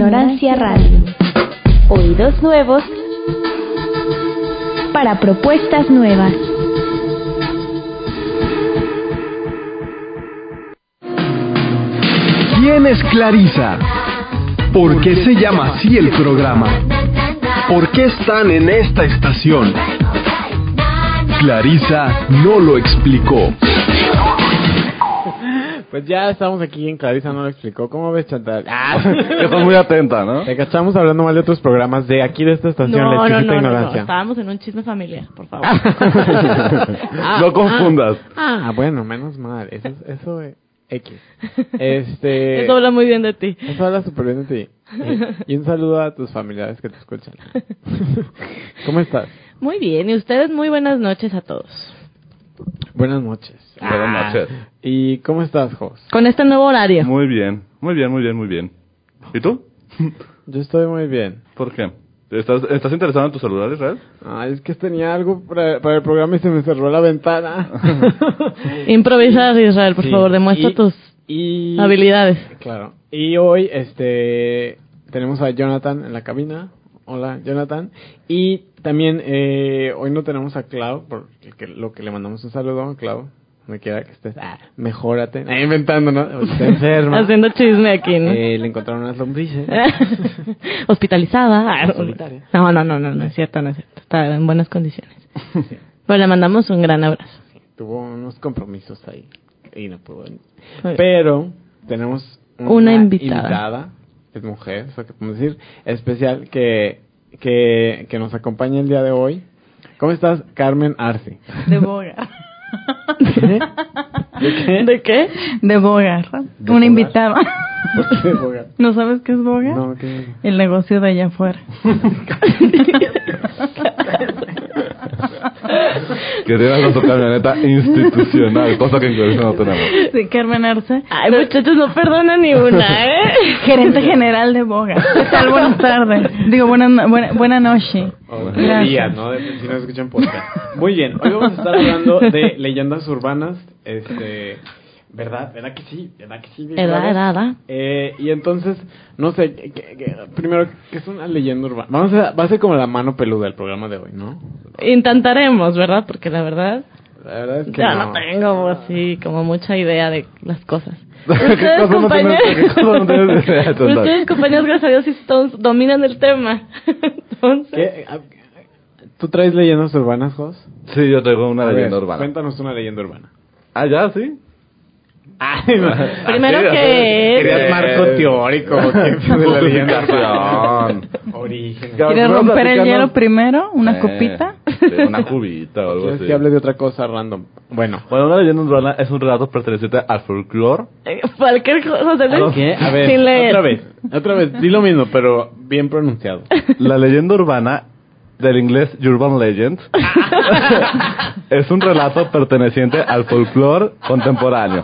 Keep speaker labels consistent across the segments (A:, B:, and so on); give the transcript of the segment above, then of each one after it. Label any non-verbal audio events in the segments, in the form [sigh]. A: Ignorancia Radio. Oídos nuevos para propuestas nuevas.
B: ¿Quién es Clarisa? ¿Por qué se llama así el programa? ¿Por qué están en esta estación? Clarisa no lo explicó.
C: Pues ya estamos aquí en Clarisa no lo explicó. ¿Cómo ves, [laughs] Chantal? Ah,
D: Estás muy atenta, [laughs] ¿no?
C: te cachamos hablando mal de otros programas de aquí de esta estación, la
E: No, no,
C: exquisita
E: no, no, no,
C: ignorancia. [laughs]
E: estábamos en un chisme familiar, por favor.
D: no confundas.
C: Ah, bueno, menos mal. Eso, es- eso es X. [laughs] Este.
E: Eso habla muy bien de ti.
C: eso habla súper bien de ti. Y un saludo a tus familiares que te [laughs] escuchan. ¿Cómo estás?
E: Muy bien, y ustedes muy buenas noches a todos.
C: Buenas noches. Ah.
D: Buenas noches.
C: ¿Y cómo estás, Jos?
E: Con este nuevo horario.
D: Muy bien, muy bien, muy bien, muy bien. ¿Y tú?
C: Yo estoy muy bien.
D: ¿Por qué? ¿Estás, estás interesado en tu celular, Israel?
C: Ay, Ah, es que tenía algo para, para el programa y se me cerró la [laughs] ventana.
E: Improvisa, Israel, por
C: Sí.
E: favor, demuestra
C: Y-
E: tus
C: y-
E: habilidades.
C: Claro. Y hoy, este, tenemos a Jonathan en la cabina. Hola, Jonathan. Y también eh, hoy no tenemos a Clau, por el que- lo que le mandamos un saludo a Clau. Me quiera que estés. Ah, mejórate. Ahí inventando, ¿no? Está enferma.
E: [laughs] Haciendo chisme aquí, ¿no?
C: Eh, le encontraron ¿eh? unas lombrices.
E: [laughs] Hospitalizada. Ah,
C: Solitaria.
E: No, no, no, no, no es cierto, no es cierto. Está en buenas condiciones. Pero le mandamos un gran abrazo.
C: Tuvo unos compromisos ahí. Y no pudo venir.
E: Muy bien.
C: Pero tenemos
E: Una invitada.
C: Es mujer, eso que podemos decir. Especial que, que, que nos acompaña el día de hoy. ¿Cómo estás, Carmen
F: [laughs]
C: Arce?
F: Devorar.
C: ¿Eh?
E: ¿De
C: [laughs]
E: qué?
F: Devorar.
C: Devorar.
F: Una invitada.
C: ¿Por qué, Boga?
F: ¿No sabes qué es Boga?
C: No, ¿qué?
F: El negocio de allá
C: [laughs]
F: afuera. [laughs]
D: Que tienes con tu [laughs] camioneta institucional, cosa que en Clarisa no tenemos.
F: [laughs] Sí, Carmen Arce.
E: Ay, muchachos, no perdona ni una, ¿eh?
F: [laughs] Gerente general de Boga. ¿Qué tal? Buenas tardes. Digo, buenas no- buena, buena noche.
C: O de
F: Gracias.
C: día, ¿no? De- si no escuchan podcast. Muy bien, hoy vamos a estar hablando de leyendas urbanas. Este, ¿Verdad? ¿Verdad que sí? ¿Verdad que sí? mi
E: Era,
C: brother?
E: era, era.
C: Eh, y entonces, no sé, que- que- que- primero, ¿qué es una leyenda urbana? Vamos a, va a ser como la mano peluda el programa de hoy, ¿no?
E: Intentaremos, ¿verdad? Porque la verdad,
C: La verdad es que
E: ya
C: no.
E: no. tengo así como mucha idea de las cosas.
D: [laughs] ¿Qué
E: Ustedes,
D: cosa no
E: compañeros,
D: tienes- qué cosa no tienes idea,
E: [laughs] Pero
D: total?
E: ustedes, compañeros, gracias a Dios, sí son- dominan el tema. [laughs] Entonces,
C: ¿Qué? Ah, ¿Tú traes leyendas urbanas, Jos?
D: Sí, yo traigo una
C: A ver,
D: leyenda urbana.
C: Cuéntanos una leyenda urbana.
D: Ah, ya, sí. Ah,
C: [laughs]
D: [laughs]
E: Primero
D: Así,
E: que
D: así.
E: es-
C: Querías
D: Eh,
C: marco [laughs] teórico,
D: [laughs]
C: ¿qué? de la leyenda urbana.
D: Justificación.
C: Origen.
F: ¿Quieres
D: Vamos
F: romper el
D: platicando.
F: hielo primero? ¿Una
D: Eh,
F: copita?
D: sí, Una cubita o algo
C: ¿Quieres
D: así.
C: que hable de otra cosa random? Bueno.
D: Bueno, una leyenda urbana es un relato perteneciente al folclore.
E: eh, cualquier cosa de
C: ¿Qué? A ver,
E: sin leer.
C: otra vez. Otra vez, di lo mismo, pero bien pronunciado.
D: La leyenda urbana del inglés Urban Legend es un relato perteneciente al folclore contemporáneo.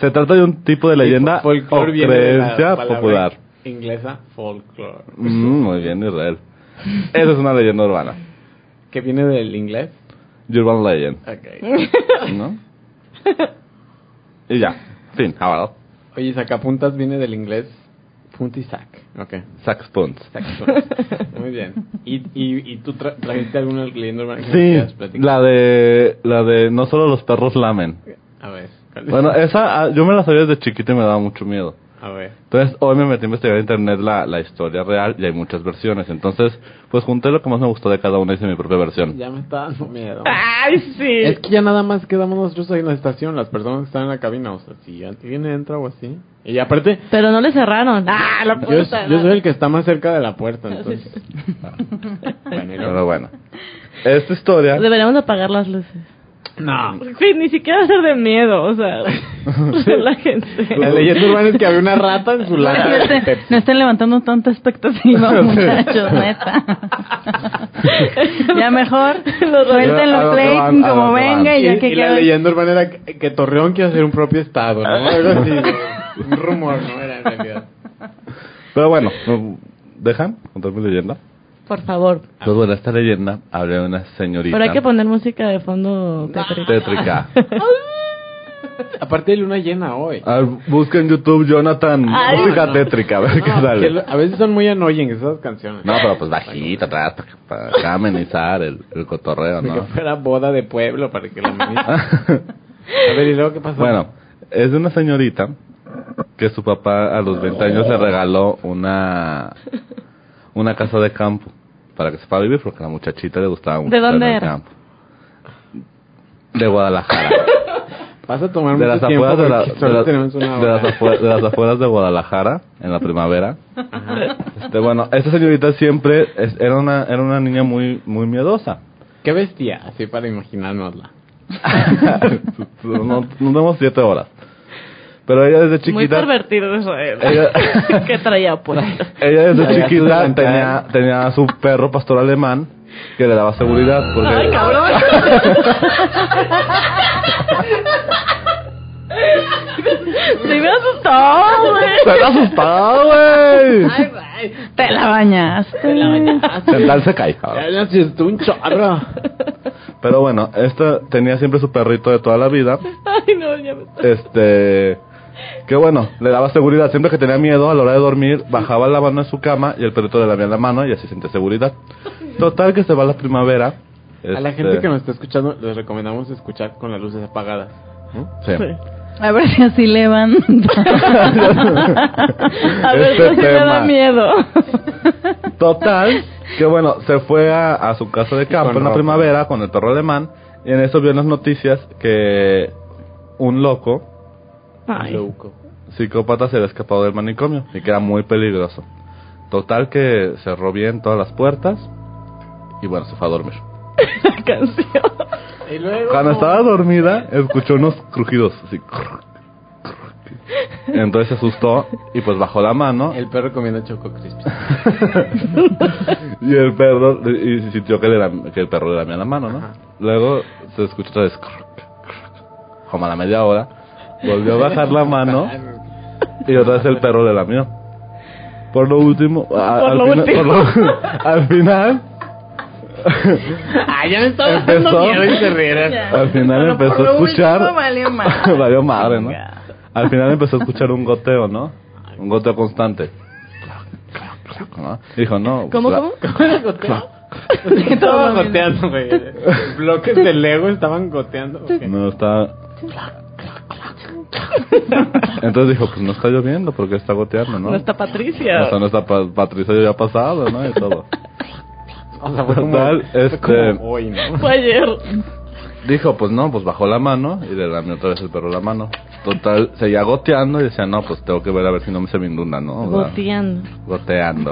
D: Se trata de un tipo de leyenda o
C: Folclore viene de la
D: creencia
C: palabra
D: popular.
C: Inglesa, folklore.
D: Mm, muy bien, Israel. Esa es una leyenda urbana.
C: ¿Que viene del inglés?
D: Urban Legend,
C: Ok.
D: [laughs] ¿no? Y ya, fin, ahora.
C: Oye, sacapuntas viene del inglés punta y sac. Ok.
D: Sax Puns.
C: Sacapuntas. Muy bien. ¿Y, y, y tú tra- trajiste alguna leyenda urbana que nos
D: Sí,
C: quieras platicar?
D: la de, la de no solo los perros lamen.
C: A ver. ¿cuál es?
D: Bueno, esa ah, yo me la sabía desde chiquito y me daba mucho miedo.
C: A ver.
D: Entonces, hoy me metí a investigar en internet la, la historia real y hay muchas versiones. Entonces, pues junté lo que más me gustó de cada una y hice mi propia versión.
C: Ya me está dando miedo.
E: Ay, sí.
C: Es que ya nada más quedamos nosotros ahí en la estación, las personas que están en la cabina. O sea, si alguien entra o así. Y aparte,
E: Pero no le cerraron. Ah, la
C: yo,
E: puerta.
C: yo soy el que está más cerca de la puerta, entonces.
E: [laughs]
C: bueno, y luego-
D: Pero bueno. Esta historia...
E: Deberíamos apagar las luces.
C: No.
E: Güey, ni siquiera va a ser de miedo,
C: [laughs]
E: o sea, relájense.
C: La leyenda urbana es que había una rata en su
F: No
C: lata. de
F: estén,
C: Pepsi.
F: no estén levantando tanta expectativa,
C: [laughs]
F: muchachos, neta. ya
E: [laughs]
F: mejor suelten
D: ¿A
F: los
D: dónde van?
F: plates
D: ¿A
F: como
D: dónde van?
F: venga y ya que
C: y la
F: quede.
C: leyenda urbana era que, que Torreón quiere hacer un propio estado, ¿no?
E: Ah.
C: Algo
E: [laughs]
C: así. ¿no? Un rumor, ¿no? Era en realidad.
D: Pero bueno, ¿me ¿dejan contar mi leyenda?
E: Por favor.
D: Pues bueno, esta leyenda habla de una señorita
E: Pero hay que poner música de fondo, Petri.
D: tétrica.
C: Aparte de luna llena hoy.
D: A ver, busca en YouTube Jonathan
F: Ay,
D: música
C: no.
D: tétrica, Ah, a ver qué
F: Ah,
C: No, que
D: sale.
C: lo- a veces son muy annoying esas canciones.
D: No, pero pues bajita, atrás, para, para amenizar el, el cotorreo,
C: Como
D: ¿no? [laughs]
C: Que fuera boda de pueblo para que la amenizara. A ver, ¿y luego qué pasó?
D: Bueno, es de una señorita que su papá a los 20 años le regaló una una casa de campo para que se fuera a vivir porque a la muchachita le gustaba mucho
F: ¿De
D: estar en
F: dónde
D: el
F: era?
D: campo. De Guadalajara.
C: Vas a tomar
D: De
C: mucho
D: las
C: tiempo
D: afueras de, la-
C: porque
D: de
C: solo
D: las-
C: tenemos una
D: de
C: hora.
D: las afue- de las afueras de Guadalajara en la primavera. Este, bueno, esta señorita siempre es- era una era una niña muy muy
C: [laughs]
D: miedosa.
C: ¿Qué vestía? Así para imaginárnosla.
D: no, no tenemos siete horas. Pero ella desde
E: Muy
D: chiquita
E: pervertido eso era.
D: Ella-
E: [laughs] ¿Qué traía puesto?
D: Ella desde
C: Traía su
D: chiquita
C: delantal.
D: tenía, tenía a su perro pastor alemán que le daba seguridad porque
E: ¡Ay, cabrón! ¡Sí me asustó, güey!
D: ¡Se asustado, güey!
F: Te la bañas. Te la
D: Sental se cae, cabrón.
C: Ya es un chorro.
D: Pero bueno, esta tenía siempre su perrito de toda la vida.
E: Ay, no, ya me...
D: Este. Que bueno, le daba seguridad. Siempre que tenía miedo a la hora de dormir, bajaba la mano de su cama y el perrito le lamía la mano y así sentía seguridad. Total, que se va la primavera.
C: A la
D: este,
C: gente que nos está escuchando, les recomendamos escuchar con las luces apagadas.
D: sí.
F: A ver si así levanta.
E: [laughs] A ver,
D: Este
E: no me da
D: tema.
E: miedo.
D: Total, que bueno, se fue a, a su casa de campo
C: Con
D: en la
C: ropa.
D: primavera con el perro alemán y en eso vio en las noticias que un loco,
C: Loco.
D: psicópata, se había escapado del manicomio y que era muy peligroso. Total, que cerró bien todas las puertas y bueno, se fue a dormir.
E: La canción.
C: Y luego.
D: Cuando estaba dormida, escuchó unos crujidos así. crrr, crrr. Entonces se asustó y pues bajó la mano
C: El perro comiendo choco
D: [laughs]
C: crispy.
D: Y el perro, y sintió que, le lam- que el perro le lamía la mano, ¿no?
C: Ajá.
D: Luego se escuchó otra vez, cruc, cruc. como a la media hora, volvió a bajar la mano y otra vez el perro le lamió. Por lo último, a-
E: Por
D: al,
E: lo
D: fina-
E: último.
D: lo- al final,
C: Ah, ya me estaba
D: Empezó.
C: dando miedo y se [laughs] rieron.
D: al final empezó a escuchar, [laughs]
F: valió
D: valió madre, ¿no? Al final empezó a escuchar un goteo, ¿no? Un goteo constante. ¿no? Y Dijo, no. pues
E: ¿Cómo,
D: la-
E: cómo?
C: Estaban goteando, güey. Bloques de Lego estaban goteando. ok.
D: No está. Entonces dijo, pues no está lloviendo porque está goteando, ¿no?
E: No está Patricia.
D: O sea, no está pa- Patricia ya ha pasado, ¿no? Y todo.
C: O sea, fue como,
D: Total,
C: fue
D: este-
C: como hoy, ¿no?
E: Fue ayer.
D: Dijo, pues no, pues bajó la mano y le lamió otra vez el perro la mano. Total, seguía goteando y decía, no, pues tengo que ver a ver si no me se me inunda, ¿no? O sea,
E: Goteando.
D: goteando.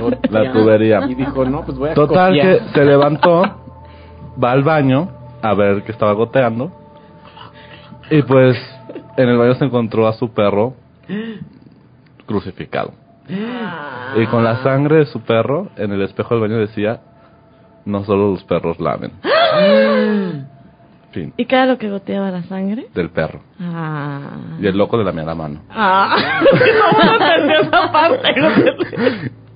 C: Goteando.
D: tubería.
C: Y dijo, no, pues voy a
D: Total,
C: copiar.
D: que se levantó, va al baño a ver que estaba goteando. Y pues en el baño se encontró a su perro crucificado. Y con la sangre de su perro en el espejo del baño decía, no solo los perros lamen. Fin,
E: ¿Y qué era lo que goteaba la sangre?
D: del perro.
E: Ah.
D: Y el loco le lamía la mano.
E: Ah. No entendí esa parte.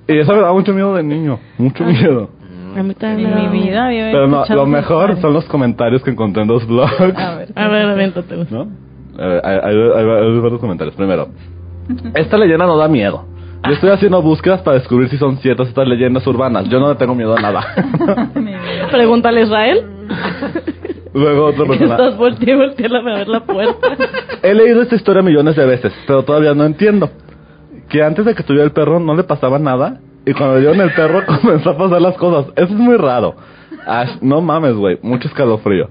D: Y eso me da mucho miedo de niño, mucho miedo.
E: A mí también me
F: En
E: da
F: mi
E: miedo.
F: vida había
D: Pero no,
F: Ah. escuchado
D: lo mejor
F: esa
D: son los comentarios que encontré en los blogs.
F: historia. A ver.
E: A ver, avéntatelo.
D: ¿No? Eh, Hay, hay, hay- hay varios comentarios. Primero, esta leyenda no da miedo. Yo estoy haciendo búsquedas para descubrir si son ciertas estas leyendas urbanas. Yo no le tengo miedo a nada.
E: Pregúntale
D: [laughs]
E: a Israel.
D: Luego otra persona.
E: Estás volteando y volteando a ver la puerta.
D: He leído esta historia millones de veces, pero todavía no entiendo. Que antes de que estuviera el perro no le pasaba nada y cuando le dieron el perro [laughs] comenzó a pasar las cosas. Eso es muy raro. Ash, no mames, güey. Mucho escalofrío.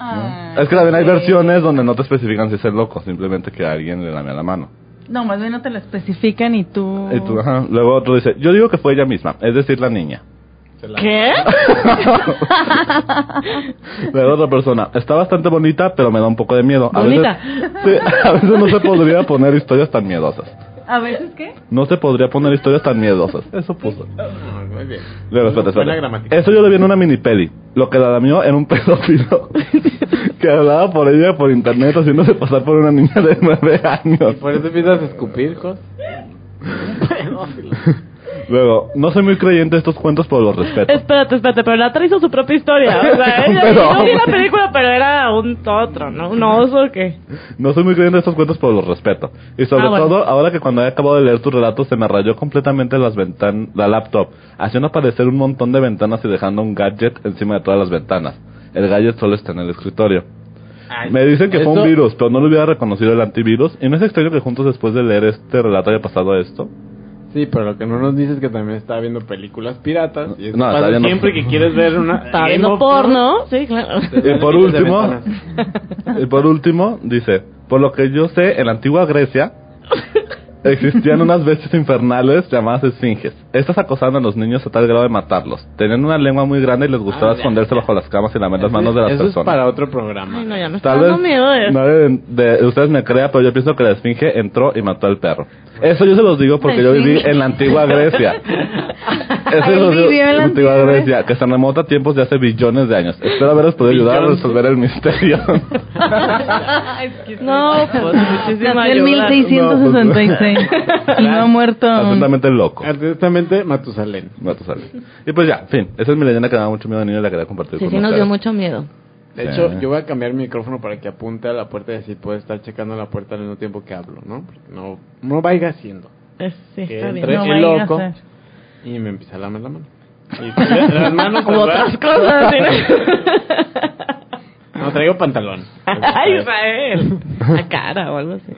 F: Ay,
D: Es que también hay
F: güey.
D: versiones donde no te especifican si es el loco, simplemente que alguien le lamea la mano.
F: No, más bien no te lo especifican y tú.
D: Y tú, ajá. Luego otro dice, yo digo que fue ella misma, es decir, la niña.
E: ¿Qué?
D: Luego otra persona, está bastante bonita, pero me da un poco de miedo. A veces-
E: Bonita.
D: sí, a veces no se podría poner historias tan miedosas.
F: ¿A veces qué?
D: No se podría poner historias tan miedosas. Eso puso.
C: Ah, Muy bien.
D: Luego, espérate,
C: Buena
D: espérate.
C: gramática.
D: Eso yo lo vi en una mini peli. Lo que la lamió era un [laughs] pedófilo que hablaba por ella por internet haciéndose pasar por una niña de nueve
C: Y
D: años.
C: por eso empiezas a escupir, cos. Pedófilo.
D: Luego, no soy muy creyente de estos cuentos, pero los respeto.
E: Espérate, espérate, pero la otra hizo su propia historia.
D: [laughs]
E: O sea, ella
D: Pero-
E: no vi la película, pero era un otro, ¿no? Un oso que.
D: No soy muy creyente de estos cuentos, pero los respeto. Y sobre
E: Ah, bueno.
D: todo, ahora que cuando he acabado de leer tus relatos se me rayó completamente las ventanas, la laptop, haciendo aparecer un montón de ventanas y dejando un gadget encima de todas las ventanas. El gadget solo está en el escritorio. Me dicen que fue
G: Eso-
D: un virus, pero no lo hubiera reconocido el antivirus. Y no es extraño que juntos después de leer este relato haya pasado esto.
C: Sí, pero lo que no nos dices es que también está viendo películas piratas. Y eso
D: No,
C: pasa
D: está viendo-
C: siempre que quieres ver una...
E: Está viendo porno. Sí, claro.
D: Y por
C: Miles de
D: último,
C: ventanas.
D: y por último, dice, por lo que yo sé, en la antigua Grecia existían unas bestias infernales llamadas esfinges. Estas acosaban a los niños a tal grado de matarlos. Tenían una lengua muy grande y les
F: Ah,
D: gustaba esconderse bajo las camas y lamer las manos de las
C: Eso es
D: personas.
C: para otro programa.
E: Ay, no, ya me está
D: Tal
E: dando
D: vez
E: miedo. eh.
D: nadie de, de ustedes me crea, pero yo pienso que la esfinge entró y mató al perro. Eso yo se los digo porque yo viví en la
F: [laughs]
D: antigua Grecia. Eso
F: Ahí
D: yo se los digo
F: vivió en la antigua Grecia.
D: que se remonta a tiempos de hace billones de años. Espero haberos podido ayudar a
C: Billones.
D: resolver el misterio.
F: [laughs]
E: [laughs] No, pues muchísima
F: Nació en
E: ayuda. pues,
F: 1666 y no ha muerto aún.
D: Absolutamente loco.
C: Atentamente, Matusalén.
D: Matusalén. Y pues ya, fin. Esa es mi leyenda que me da mucho miedo de niño y la quería compartir
E: Sí,
D: con
E: sí, nos
D: ustedes.
E: dio mucho miedo.
C: De
D: Sí.
C: hecho, yo voy a cambiar mi micrófono para que apunte a la puerta y así puedo estar checando la puerta al mismo tiempo que hablo, ¿no? Porque no, no vaya haciendo.
E: Eh, Sí,
C: Que
E: está bien.
C: entre
F: No
C: el
F: vaya a
C: loco
E: [laughs]
F: ser.
C: y me empieza a lamer la mano. Y
E: [laughs]
C: las manos
E: Como
C: atrás.
E: otras cosas.
C: Pues,
E: ¿sí?
C: No, traigo pantalón.
E: [laughs]
C: pues.
E: Ay, Israel. La cara o algo así.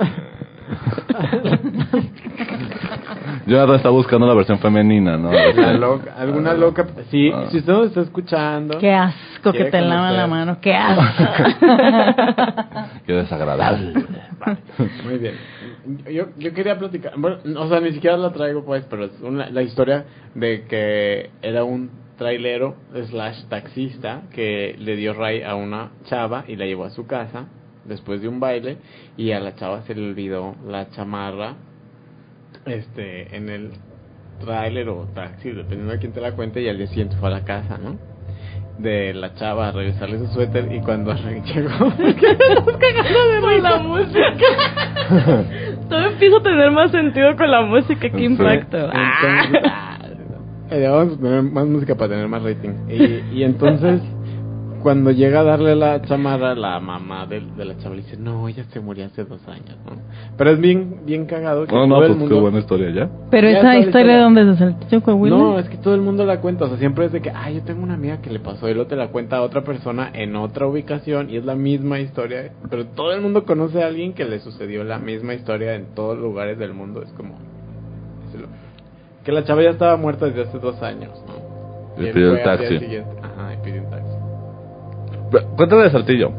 D: Jonathan está buscando la versión femenina, ¿no? Este,
C: La
D: La versión-
C: loca- alguna loca. Sí,
D: Ah.
C: si usted nos está escuchando.
F: [laughs] Qué asco que
C: Quiere
F: te lavan
C: conocer.
F: la mano,
C: [laughs]
F: qué asco.
D: Qué desagradable.
C: Muy bien. Yo, yo quería platicar. Bueno, o sea, ni siquiera la traigo, pues, pero es una, la historia de que era un trailero slash taxista que le dio ray a una chava y la llevó a su casa después de un baile y a la chava se le olvidó la chamarra este en el trailer o taxi, dependiendo de quién te la cuente, y al día siguiente fue a la casa, ¿no? De la chava a revisarle su suéter y cuando [laughs] llegó...
E: Con Pues la música.
F: [laughs]
E: Todo empieza a tener más sentido con la música. Qué
D: Sí.
E: impacto.
C: Entonces-
E: Ah.
C: Eh, vamos a poner más música para tener más rating. Y, y entonces, [laughs] cuando llega a darle la chamarra, la mamá de, de la chava le dice, no, ella se murió hace dos años. ¿no? Pero es bien, bien cagado que
D: No, no,
C: todo el
D: pues qué
C: mundo...
D: buena historia ya.
F: Pero
C: Ya
F: esa
C: está,
F: historia
C: historia.
F: de dónde se saltó Coahuila. [laughs]
C: No, es que todo el mundo la cuenta. O sea, siempre es de que, ah, yo tengo una amiga que le pasó y lo te la cuenta a otra persona en otra ubicación y es la misma historia. Pero todo el mundo conoce a alguien que le sucedió la misma historia en todos lugares del mundo. Es como. es lo- que la chava ya estaba muerta desde hace dos años, ¿no?
D: Y
C: él
D: pidió el
C: fue al
D: taxi.
C: día siguiente. Ajá, y pidió un taxi.
D: Pero, Cuéntame de Saltillo.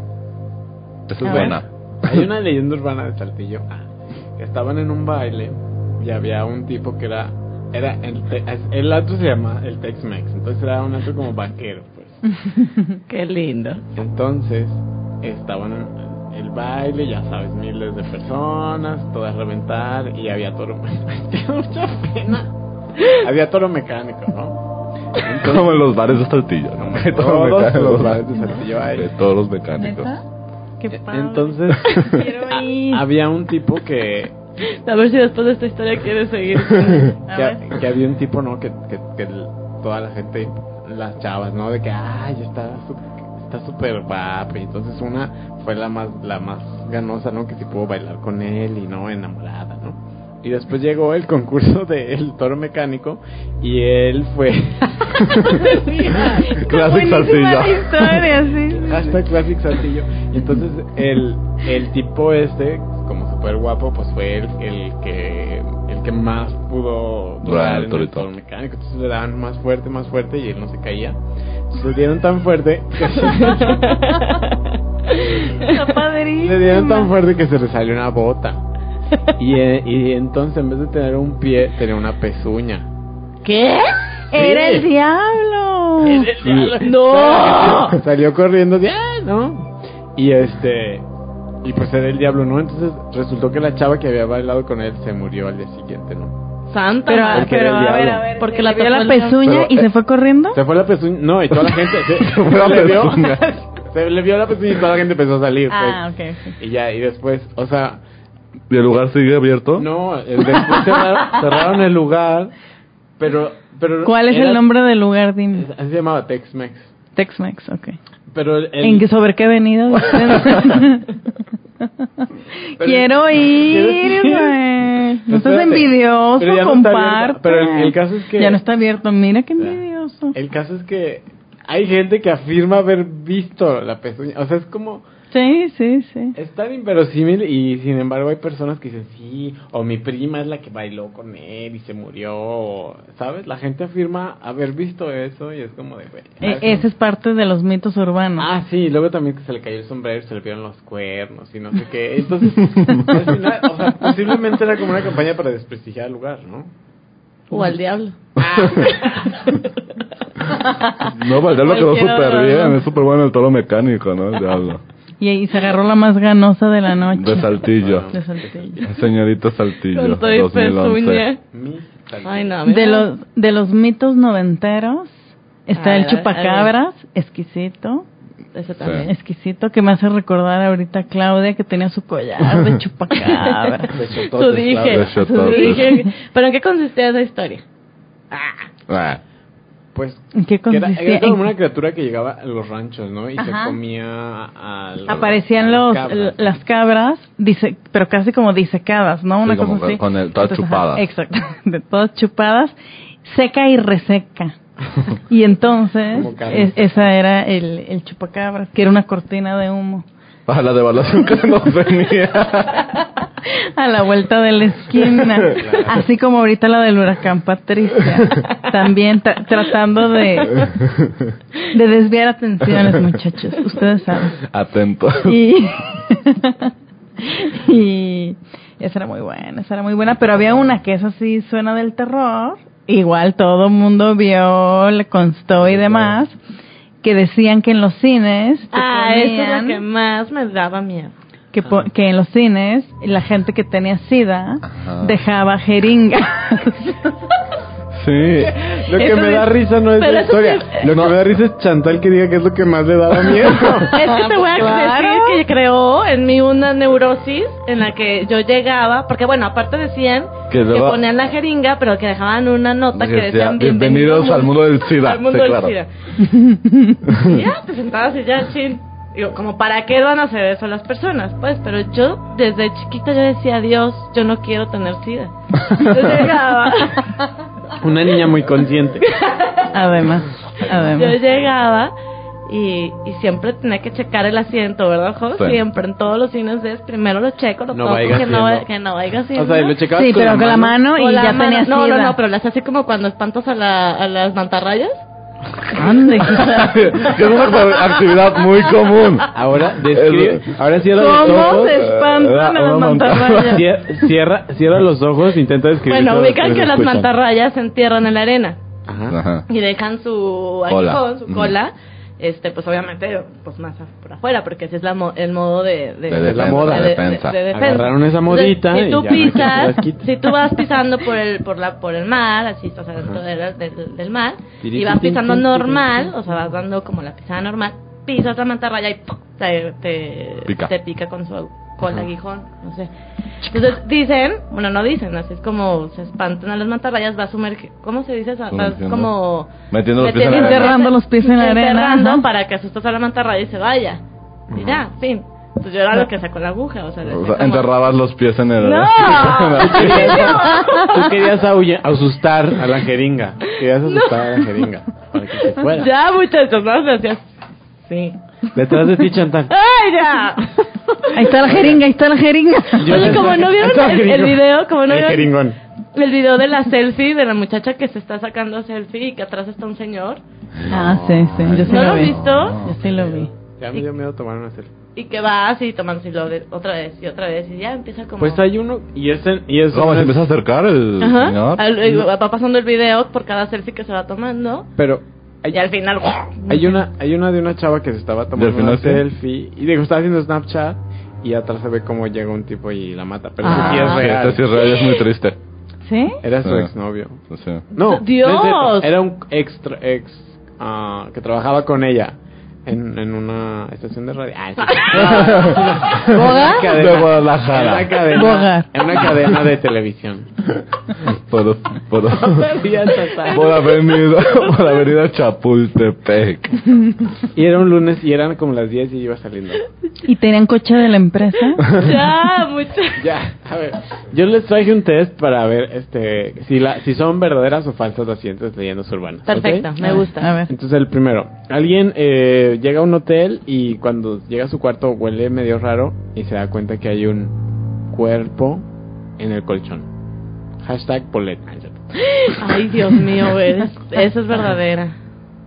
D: Esa es
F: A
D: buena.
C: Hay una leyenda urbana de Saltillo. ah, que estaban en un baile y había un tipo que era. era el, te- el antro se llama el Tex-Mex. Entonces era un antro como vaquero, pues.
E: Qué lindo.
C: Entonces, estaban en el baile, ya sabes, miles de personas, todas a reventar, y había toro [laughs] mecánico. mucha pena. Había toro mecánico, ¿no?
D: [laughs] Como en los bares de Saltillo. ¿no? Que todo
C: Todos
D: meca-
C: los
D: los
C: bares de Saltillo hay.
D: de todos los mecánicos.
F: Qué padre.
C: Entonces,
F: [laughs] Quiero ir.
C: [laughs] a- había un tipo que,
E: A ver si después de esta historia quieres seguir.
F: A
C: que,
F: ver.
C: que había un tipo, ¿no? Que, que, que el- toda la gente, las chavas, ¿no? De que, ay, está su- está súper guapo. Y entonces una fue la más, la más ganosa, ¿no? Que se pudo bailar con él y, ¿no? Enamorada, ¿no? Y después llegó el concurso [laughs] del toro mecánico y él
F: [laughs]
C: fue... [laughs]
D: Classic
F: Buenísima
D: Saltillo.
F: historia,
C: [laughs]
F: sí.
C: Hashtag Classic Saltillo. Y entonces el, el tipo este, como súper guapo, pues fue el, el que el que más pudo
D: Durar el
C: durar en el
D: torito.
C: toro mecánico. Entonces le daban más fuerte, más fuerte y él no se caía. Entonces le dieron tan fuerte que
F: Está padrísima.
C: le dieron tan fuerte que se le salió una bota. Y, eh, y entonces en vez de tener un pie, tenía una pezuña.
E: ¿Qué?
F: Era el
C: Sí.
F: diablo.
C: [laughs]
E: ¡No!
C: Salió corriendo, de, "Ah, ¿no? Y este. Y pues era el diablo, ¿no? Entonces resultó que la chava que había bailado con él se murió al día siguiente, ¿no?
E: Santa
F: Pero,
E: madre.
C: Porque era
F: pero
C: el
F: a ver,
C: diablo.
F: a ver.
E: Porque
F: ¿se
E: la
F: le vio
E: tocó
F: la
E: el
F: pezuña
D: diablo.
F: y se fue corriendo.
C: Se fue la pezuña. No, y toda la gente.
F: [laughs]
C: Se,
D: fue la
C: le vio-
D: pezuña.
C: [laughs] se le vio la pezuña y toda la gente empezó a salir, pues.
F: Ah, ok. ok.
C: Y ya, y después, o sea. eh,
D: ¿Y el lugar sigue abierto?
F: [laughs]
C: No, el- después cerraron, cerraron el lugar. Pero, pero
F: ¿Cuál es
C: era-
F: el nombre del lugar? Dime.
C: Así se llamaba Tex-Mex.
F: Tex-Mex, ok.
C: Pero el-
F: ¿En qué, ¿Sobre qué
C: [laughs]
F: avenida? [laughs] Quiero ir, güey. No estás
C: Espérate,
F: envidioso,
C: pero ya no está
F: comparte.
C: abierto. Pero el- el caso es que- Ah. Eh.
F: Ya no está abierto, mira qué envidioso.
C: El caso es que hay gente que afirma haber visto la pezuña. O sea, es como.
F: Sí, sí, sí.
C: Es tan inverosímil y sin embargo hay personas que dicen sí, o mi prima es la que bailó con él y se murió, o, ¿sabes? La gente afirma haber visto eso y es como de... güey,
F: E-
C: ¿sabes?
F: ese es parte de los mitos urbanos.
C: Ah, sí, y luego también que se le cayó el sombrero, y se le vieron los cuernos y no sé qué. Entonces, [laughs] al final, o sea, posiblemente era como una campaña para desprestigiar el lugar, ¿no?
E: O al diablo.
D: No, Valdés lo quedó
F: Cualquier
D: súper
F: otro,
D: bien.
F: ¿no?
D: Es súper bueno el toro mecánico, ¿no? El diablo.
C: Ah.
F: Y, y se agarró la más ganosa de la noche.
D: De Saltillo.
F: De
C: este,
F: Saltillo.
D: Señorita Saltillo.
E: Con todo y
D: 2011.
E: pezuña.
C: Mis
E: Ay, no,
F: De
E: ¿verdad?
F: los, de los mitos noventeros está
E: A
F: el
E: ver, a ver, a ver.
F: chupacabras, exquisito.
E: Ese también.
F: Exquisito que me hace recordar ahorita a Claudia que tenía su collar
C: [laughs]
F: de [laughs] chupacabra.
E: Su dije,
D: claro.
E: su
D: De
E: dije. ¿Pero en qué consistía esa historia?
D: Ah,
C: Pues...
F: ¿En qué
C: que era, era
F: consistía?
C: como
F: En-
C: una criatura que llegaba a los ranchos, ¿no? Y se
F: Ajá.
C: comía a los- a
F: Aparecían
C: las
F: los,
C: cabras.
F: l- las cabras, dise- pero casi como disecadas, ¿no?
D: Sí,
F: Una
D: como
F: cosa así.
D: con el- todas
F: ajá,
D: chupadas.
F: Exactamente, [laughs] todas chupadas, seca y
D: [laughs]
F: reseca. Y entonces,
C: Como carne.
F: es- esa era el, el chupacabras, que era una cortina de
D: [laughs]
F: humo.
D: Para la devaluación que nos
F: [laughs]
D: venía.
F: A la vuelta de la
D: [laughs]
F: esquina. Así como ahorita la del huracán Patricia.
D: [laughs]
F: También tra- tratando de, de desviar atenciones, muchachos. Ustedes saben.
D: Atento. [laughs]
F: Y, y esa era muy buena, esa era muy buena. Pero había una que esa sí suena del terror. Igual todo el mundo vio, le constó y demás. Que decían que en los cines. te
E: Ah, esa es la
F: ponían-
E: que más me daba miedo.
F: que, po- que en los cines la gente que tenía sida
D: Ajá.
F: dejaba jeringa.
D: Sí.
C: Lo que
F: Eso
C: me
F: sí-
C: da risa no es
E: pero
C: la
E: eso sí
C: historia. Lo que me da risa es Chantal que diga que es lo que más le daba miedo.
E: Es que te voy a
F: Claro.
E: decir que creó en mí una neurosis en la que yo llegaba, porque bueno, aparte decían
D: Que
E: que,
D: daba-
E: ponían la jeringa, pero que dejaban una nota que
D: Que decía,
E: decían
D: "Bienvenidos al mundo del SIDA".
E: Al mundo
D: Sí,
E: del
D: claro. [laughs]
E: SIDA. Y ya, te sentabas y ya, chill. Digo, como para qué van a hacer eso las personas, pues, pero yo desde chiquita yo decía, Dios, yo no quiero tener sida.
D: [laughs]
E: Yo llegaba,
C: Una niña muy consciente.
F: además,
E: yo
F: además.
E: llegaba y, y siempre tenía que checar el asiento, ¿verdad, Jo?
D: Sí.
E: Siempre, en todos los cines es, primero lo checo, lo
C: Pues. No
E: toco,
C: vaya
E: que
C: haciendo.
E: no, va- que no vaya
C: O sea, y lo checabas
F: Sí,
C: con
F: pero
C: la
F: con la
C: mano.
F: mano y
E: O la
F: ya
E: mano-
F: tenía
E: No, no,
F: sida.
E: no, pero las hace como cuando espantas a, la, a las mantarrayas.
F: Ande, hija.
D: [laughs] que es una actividad muy común.
C: Ahora, describe- ahora cierra los
F: ¿Cómo
C: ojos.
F: se espantan a las mantarrayas?
C: Cier- Cierra, cierra los ojos, intenta describir.
E: Bueno,
C: todo lo
E: ubican que las
C: escuchan.
E: mantarrayas se entierran en la arena
C: Ajá.
D: Ajá.
E: y dejan su
D: Cola.
E: aguijón, su
D: Ujú.
E: cola, este, pues obviamente, pues más a- por afuera, porque ese es la mo- el modo de,
D: De
E: de, de-
C: la
D: defensa,
C: moda.
D: de
E: de-
D: defensa.
E: de- de defensa.
C: Agarraron esa modita
E: Entonces,
C: y ya,
E: si tú
C: [laughs]
E: pisas,
C: las quitas.
E: si tú vas pisando por el por la por el mar, así estás adentro
C: Ajá.
E: del, del- del mar
C: Tiri,
E: y vas
C: tin,
E: pisando
C: tin, tin, tin,
E: normal,
C: tin.
E: o sea, vas dando como la pisada normal, pisas la mantarraya y ¡pum! te te
D: Pica.
E: te pica con su con aguijón, no sé. Entonces dicen, bueno, no dicen, así es como se espantan a las mantarrayas, va a sumergir, ¿cómo se dice? eso? Vas
D: Sumergiendo.
E: como
D: Metiendo los pies en la
F: arena. Enterrando los pies en la arena,
E: Enterrando
F: ajá.
E: para que asustas a la mantarraya y se vaya. Y ya, fin. Entonces yo era lo que sacó la aguja, o sea,
D: O
E: decía
D: sea,
E: como-
D: enterrabas los pies en el.
F: [laughs]
E: No.
C: Tú querías ahuye- asustar a la jeringa. Querías asustar a la jeringa. Para que se fuera.
E: Pues Ya, muchachos, no gracias. Sí.
C: Detrás de ti, Chantal.
E: ¡Ay, ya!
F: Ahí está la jeringa, ahí está la jeringa.
C: Yo
E: Oye,
C: te-
E: como no vieron
C: Estaba
E: el- el
C: jeringón.
E: video, como no
C: El
E: vieron-
C: jeringón.
E: El video de la selfie, de la muchacha que se está sacando selfie y que atrás está un señor.
F: Ah, sí, sí, yo sí
E: ¿No
F: lo
E: lo has
F: vi.
E: visto?
F: Yo sí lo vi.
C: Ya me dio miedo tomar una selfie.
E: Y que va así tomándoselo de- otra vez y otra vez y ya empieza como...
C: Pues hay uno y es en- y es
D: ¿Cómo
C: una-
D: se empieza a acercar el
E: Ajá.
D: señor?
E: Al- eh, va pasando el video por cada selfie que se va tomando
C: pero hay,
E: y al final...
C: hay una hay una de una chava que se estaba tomando
D: final
C: una
D: sí?
C: selfie y digo estaba haciendo Snapchat y atrás se ve como llega un tipo y la mata, pero
F: Ah.
C: ese sí es
D: Sí,
C: real.
D: este sí es Ah. real, es muy triste.
F: ¿Sí?
C: Era su
D: Sí.
C: exnovio.
D: O sea, [laughs]
C: No, no es
E: ¡Dios!
C: cierto, era un extra ex ah, que trabajaba con ella. en, en una estación de radio. Ah, sí.
F: ¿Boga?
C: En una
D: De Guadalajara.
C: En una cadena,
F: Boga.
C: en una cadena de televisión.
D: Por, por,
C: Día total.
D: por avenida, por avenida Chapultepec.
C: Y era un lunes y eran como las 10 y iba saliendo.
F: ¿Y tenían coche de la
D: [laughs]
F: empresa?
E: [laughs] Ya, muchachos.
C: Ya, a ver. Yo les traje un test para ver este si la si son verdaderas o falsas las siguientes leyendas urbanas. ¿ok?
E: Perfecto, me gusta.
F: A ver.
C: Entonces el primero, alguien eh, llega a un hotel y cuando llega a su cuarto huele medio raro y se da cuenta que hay un cuerpo en el colchón. Hashtag Polet. Ah, ya.
E: Ay, Dios mío, güey, es- Esa es verdadera.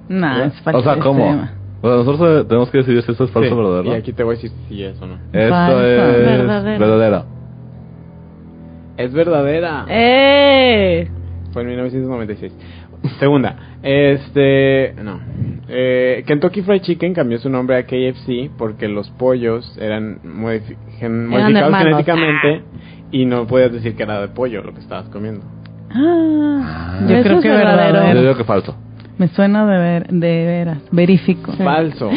F: No, es falso.
D: ¿Eh? O sea,
F: este
D: ¿cómo?
F: tema.
D: O sea, nosotros eh, tenemos que decidir si esto es falso
C: Sí,
D: o verdadero.
C: Y aquí te voy a decir si es o no.
D: Esto
F: Falso.
D: es
E: Verdadero.
D: verdadero.
C: Es verdadera.
E: ¡Eh!
C: Fue en 1996. Segunda, este, no. Eh, Kentucky Fried Chicken cambió su nombre a KFC porque los pollos eran, modifi- gen- modificados
E: hermanos.
C: genéticamente y no podías decir que era de pollo lo que estabas comiendo.
F: Ah,
D: Ah.
F: yo
E: Eso
F: creo
E: es
F: que
E: verdadero.
D: Yo
F: verdadero.
D: digo que falso.
F: Me suena de, ver, de veras. Verifico.
C: Falso.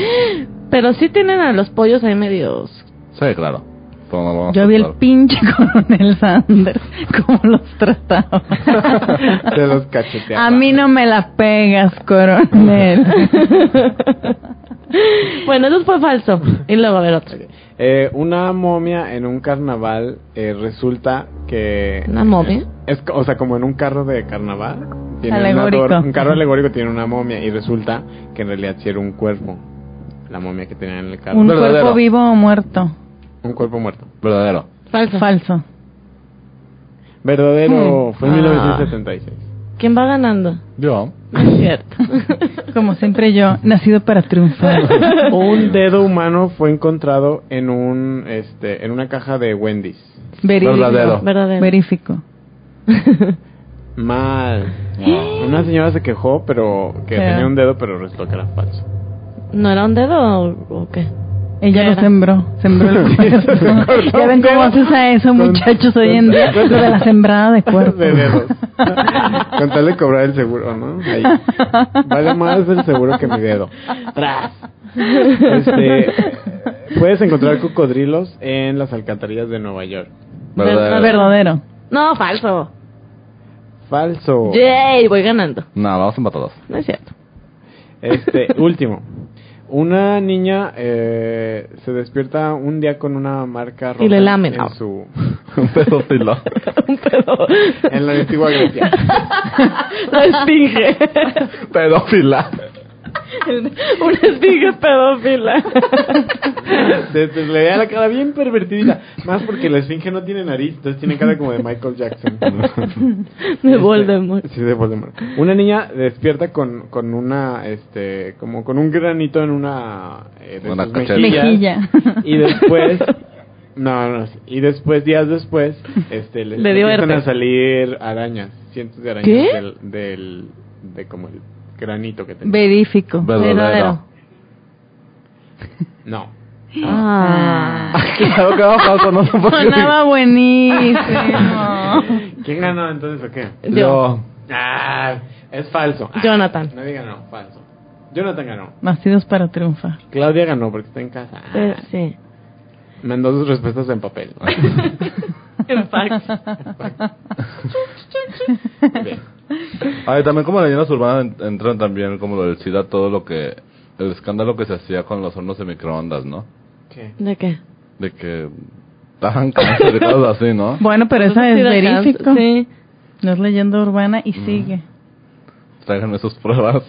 E: Pero sí tienen a los pollos ahí medios.
D: Sí, claro. Pero no lo vamos a
F: Yo vi el
D: aceptar.
F: pinche coronel Sanders, [laughs] cómo los
D: [laughs]
F: trataba.
C: Te los cacheteaba.
F: A mí no me la pegas,
D: [laughs]
F: coronel.
E: Bueno, eso fue falso. Y luego a ver otro.
C: Eh, una momia en un carnaval eh, resulta que...
E: ¿Una momia?
C: Es, co- o sea, como en un carro de carnaval. un
F: Alegórico.
C: ador- un carro alegórico tiene una momia y resulta que en realidad sí era un cuerpo. La momia que tenía en el carro.
F: ¿Un
D: Verdadero.
F: cuerpo vivo o muerto?
C: Un cuerpo muerto.
D: Verdadero.
E: Falso.
F: Falso.
C: Verdadero fue en
E: Ah.
C: 1976.
E: ¿Quién va ganando?
D: Yo.
E: No es cierto.
F: Como siempre yo, nacido para
D: [laughs]
F: triunfar.
E: [laughs]
C: Un dedo humano fue encontrado en un este en una caja de Wendy's.
F: Verifico.
D: Verdadero.
E: Verdadero.
F: Verifico.
C: Mal. Una señora se quejó, pero que
F: Pero-
C: tenía un dedo, pero resultó que era falso.
E: [laughs] ¿No era un dedo o, o qué?
F: Ella lo
E: Era.
F: sembró, sembró el cuerpo. ya ven cómo haces a eso, muchachos, hoy en día, lo de la sembrada de cuerpo.
C: [laughs] De dedos.
F: [laughs]
C: Con tal de cobrar el seguro, ¿no? Ahí. Vale más el seguro que mi dedo. Tras. Este, puedes encontrar cocodrilos en las alcantarillas de Nueva York.
D: Verdadero.
F: Verdadero.
E: No, falso.
C: Falso.
E: Yay, voy ganando.
D: No, vamos empatados.
E: No es cierto. [laughs]
C: Este, [laughs] último. Una niña eh, se despierta un día con una marca roja
E: Y le lamen. Ah.
C: en su
D: Un pedo pilón.
E: [laughs] Un pedo.
C: en la antigua
E: [laughs]
C: Grecia.
E: La esfinge. [laughs]
D: Pedófila.
E: Una esfinge pedófila.
C: Se- se le veía la cara bien pervertida, más porque la esfinge no tiene nariz, entonces tiene cara como de Michael Jackson. Este.
E: De Voldemort.
C: Sí, de Voldemort. Una niña despierta con, con una, este, como con un granito en una, eh, de
D: Una
C: sus
D: cachete.
C: mejillas.
F: Mejilla.
C: Y después, no, no, sí. y después, días después, este, le,
E: Le dio
C: empiezan
E: herpes.
C: a salir arañas, cientos de arañas
E: ¿Qué?
C: del, del, de como el granito que tenía.
F: Verifico.
D: Verdadero.
C: no.
E: Ah.
D: [laughs] Claro que era falso, no sé por qué.
F: Sonaba buenísimo.
C: [laughs] ¿Quién ganó entonces o qué?
D: Yo.
C: Ah, es falso. Ah,
E: Jonathan.
C: Nadie ganó, falso. Jonathan ganó.
F: Nacidos para triunfar.
C: Claudia ganó porque está en casa. Ah,
E: Eh, sí.
C: Mandó sus respuestas en
F: [laughs]
C: papel.
E: En fax.
C: Bien.
D: Ay, Ah, también como leyendas urbanas en- entran también como lo del SIDA, todo lo que... El escándalo que se hacía con los hornos de microondas, ¿no?
C: ¿Qué?
E: ¿De qué?
D: De que daban cáncer y cosas así,
E: [laughs]
D: ¿no?
F: Bueno, pero esa es
E: Sí, de
F: verifico.
E: cáncer, Sí. [laughs]
F: No es leyenda urbana
D: Mm.
F: y sigue.
D: Tráiganme sus pruebas.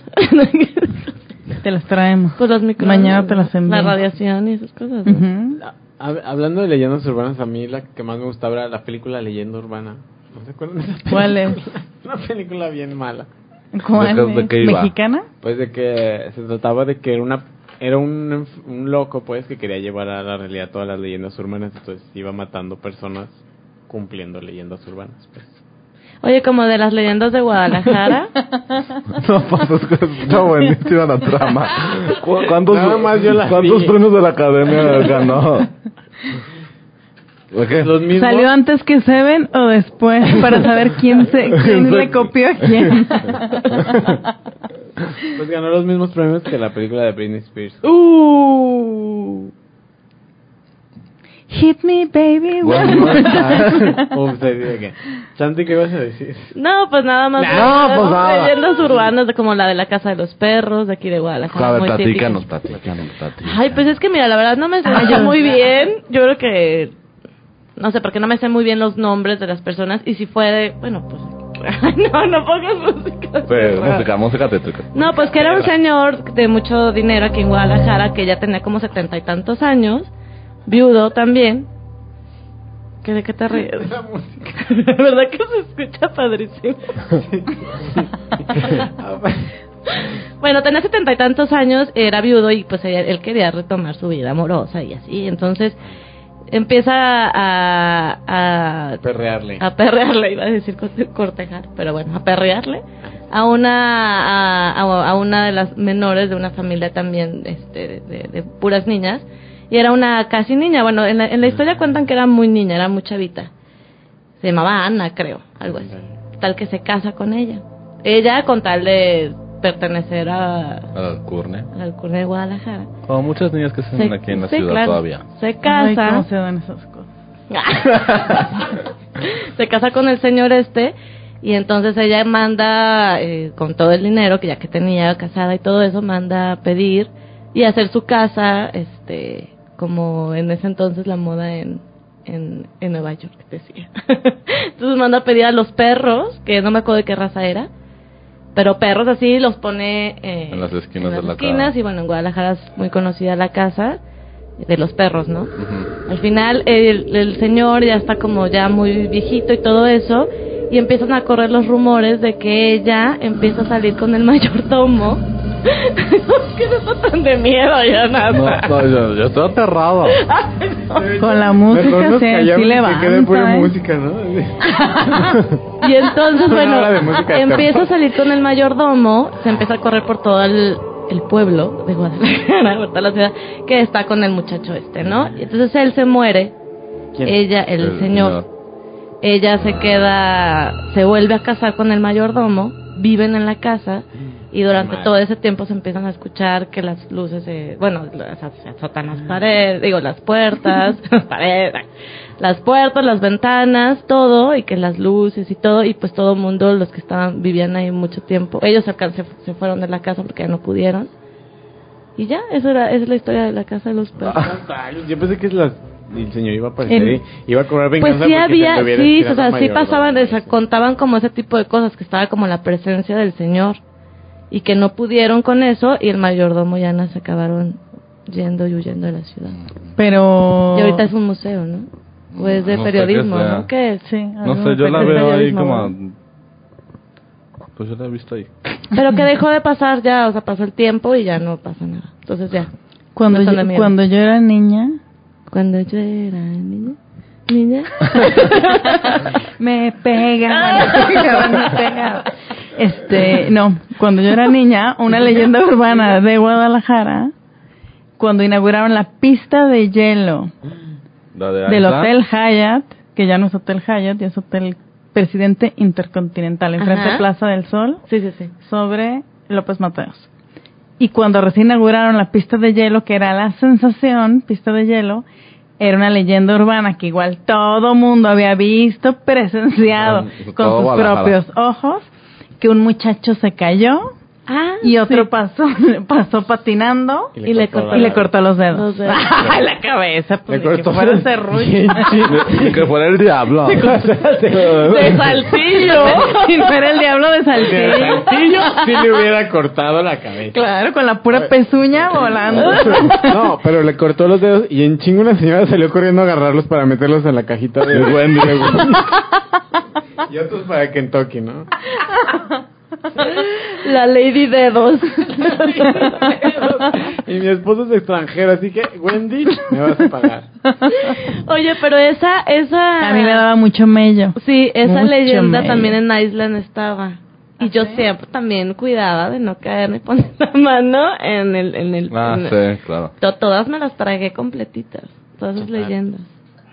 D: [laughs]
F: Te las traemos.
E: Pues las micro...
F: Mañana te las envío.
E: La radiación y esas cosas. ¿no?
F: Ujú.
C: Ah, hab- Hablando de leyendas urbanas, a mí la que más me gustaba era la película Leyenda Urbana. ¿No se acuerdan de esa película?
F: ¿Cuál es?
C: [laughs] Una película bien mala.
F: ¿Cuál
D: ¿De qué- de
F: es?
D: qué iba?
F: ¿Mexicana?
C: Pues de que se trataba de que era una era un, enf- un loco pues que quería llevar a la realidad todas las leyendas urbanas, entonces iba matando personas cumpliendo leyendas urbanas.
F: [laughs]
C: Pues.
E: Oye, como de las leyendas de Guadalajara.
D: No, pues es que está buenísima la
E: [laughs]
D: trama. ¿Cu- ¿Cuántos,
C: Nada más yo la
D: ¿cuántos
C: vi.
D: premios de la academia
E: [laughs]
D: ganó? ¿Por qué?
C: Los mismos
F: ¿Salió antes que Seven o después? Para saber quién, se, quién le copió a quién.
C: Pues ganó los mismos premios que la película de Britney Spears.
F: [laughs]
E: Uh.
F: Hit me, baby.
D: One
C: [laughs]
D: more time.
C: Oops, I did it again. Chanti, ¿qué vas a decir?
E: No, pues nada más.
D: No, pues nada.
E: Leyendas urbanas de como la de la Casa de los Perros, de aquí de [laughs] Guadalajara.
D: A ver,
E: muy
D: platícanos,
E: típica.
D: platícanos, platícanos.
E: Ay, pues es que mira, la verdad no me suena yo muy bien. Yo creo que. No sé, porque no me sé muy bien los nombres de las personas. Y si fue de. Bueno, pues. [laughs] no, no pongas música.
D: Pues, música, música tétrica.
E: No, pues que era un señor de mucho dinero aquí en Guadalajara, que ya tenía como setenta y tantos años, viudo también. ¿Qué de qué te ríes?
C: [laughs]
E: [laughs] La verdad que se escucha padrísimo. bueno, tenía setenta y tantos años, era viudo y pues ella- él quería retomar su vida amorosa y así. Entonces empieza a- a- a
C: [laughs] Perrearle.
E: a perrearle, iba a decir corte- cortejar, pero bueno, a perrearle a una a, a- a una de las menores de una familia también este, de, de- de puras niñas y era una casi niña, bueno, en la, en la historia cuentan que era muy niña, era muy chavita. Se llamaba Ana, creo, algo así. Tal que se casa con ella. Ella con tal de pertenecer a
D: Al curne.
E: al alcurnia de Guadalajara.
D: Como muchas niñas que
E: Se-
D: están [laughs] aquí en la
E: sí,
D: ciudad
E: claro,
D: todavía.
E: Se
F: Ay,
E: casa.
F: cómo se dan esas cosas.
E: [laughs] se casa con el señor este y entonces ella manda eh, con todo el dinero que ya que tenía casada y todo eso manda a pedir y hacer su casa este como en ese entonces la moda en en, en Nueva York decía [laughs] entonces manda a pedir a los perros que no me acuerdo de qué raza era pero perros así los pone eh,
D: En las esquinas
E: en las
D: de la
E: esquinas,
D: casa.
E: y bueno en Guadalajara es muy conocida la casa de los perros no
D: Ujú.
E: al final el, el señor ya está como ya muy viejito y todo eso y empiezan a correr los rumores de que ella empieza a salir con el mayordomo. [laughs] es que no está tan de miedo ya nada.
D: No, no, yo, yo estoy aterrado.
F: Con la
C: Mejor
F: música
C: nos
F: se,
C: callamos
F: sí
C: y
F: levanta.
C: que quede pura
F: ¿eh?
C: música, ¿no?
E: Y
C: [laughs]
E: entonces,
C: Una
E: bueno,
C: hora de música de
E: empieza a
C: terror.
E: salir con el mayordomo, se empieza a correr por todo el, el pueblo de Guadalajara, por toda la ciudad, que está con el muchacho este, ¿no? Y entonces él se muere,
C: ¿Quién?
E: ella, el, señor, ella se queda, se vuelve a casar con el mayordomo, viven en la casa y durante
C: Madre.
E: todo ese tiempo se empiezan a escuchar que las luces, se, bueno, las- se azotan las paredes, digo, las puertas, las paredes, las puertas, las ventanas, todo, y que las luces y todo, y pues todo el mundo, los que estaban, vivían ahí mucho tiempo, ellos se, alcan- se, se fueron de la casa porque ya no pudieron. Y ya, eso era, esa es la historia de la casa de los perros.
C: Ah. [laughs] Yo pensé que las- el señor iba a aparecer
E: Pues, El-
C: y iba a cobrar
E: Pues
C: venganza.
E: sí
C: porque se
E: había,
C: le hubiera
E: sí,
C: tirado
E: o sea,
C: al
E: sí
C: mayordomo,
E: pasaban, o sea,
C: sí.
E: contaban como ese tipo de cosas, que estaba como la presencia del Señor y que no pudieron con eso y el mayordomo y Ana se acabaron yendo y huyendo de la ciudad.
F: Pero.
E: Y ahorita es un museo, ¿no? O es de
D: No sé
E: periodismo,
D: qué sea.
E: ¿no? ¿Qué es?
F: Sí,
D: No
F: algo
D: sé, yo la
F: de
D: veo ahí
F: periodismo,
D: como...
F: ¿no?
D: a- Pues yo la he visto ahí.
E: Pero
F: [laughs]
E: que dejó de pasar ya, o sea, pasó el tiempo y ya no pasa nada. Entonces ya,
F: Cuando,
E: no son
F: yo,
E: de miedo.
F: cuando yo era niña,
E: cuando yo era niña,
D: [laughs]
E: niña...
F: me
E: Ah.
F: pegaban, me pegaban, me pegaban. Este, no, cuando yo era niña, una leyenda urbana de Guadalajara, cuando inauguraron la pista de hielo
D: La de
F: del
D: Isla.
F: Hotel Hyatt, que ya no es Hotel Hyatt, ya es Hotel Presidente Intercontinental, enfrente
E: Ajá.
F: de Plaza del Sol,
E: Sí, sí, sí.
F: sobre López Mateos. Y cuando recién inauguraron la pista de hielo, que era la sensación, pista de hielo, era una leyenda urbana que igual todo mundo había visto, presenciado
D: Todo
F: con sus
D: Guadalajara.
F: propios ojos, que un muchacho se cayó
E: Ah,
F: y otro pasó, [laughs] pasó patinando
E: y le cortó
F: y le cortó los dedos.
E: Los dedos.
F: Ay, [laughs] la cabeza, pues, ni
C: Le
F: que
C: cortó
F: fuera
C: el- [laughs]
F: serrucho. [laughs]
D: Ni que fuera el diablo.
F: de saltillo. si no era el diablo de
C: De
F: saltillo.
C: Saltillo sí le hubiera cortado la cabeza.
F: Claro, con la pura pezuña volando.
C: [laughs] No, pero le cortó los dedos y en chingo una señora salió corriendo a agarrarlos para meterlos en la cajita de Wendy. [laughs] Y otros para Kentucky, ¿no?
E: [laughs] la Lady Dedos.
C: Y mi esposo es extranjero, así que Wendy, me vas a pagar.
E: Oye, pero esa, esa...
F: A mí me daba mucho mello.
E: Sí, esa
F: Mucho ¿Ah,
E: leyenda
F: maíz.
E: también en Island estaba. Y yo siempre también cuidaba de no caerme y [laughs] poner la mano en el... En el
D: Ah,
E: en-
D: sí, claro.
E: To- Todas me las tragué completitas, todas
D: Ah.
E: esas leyendas.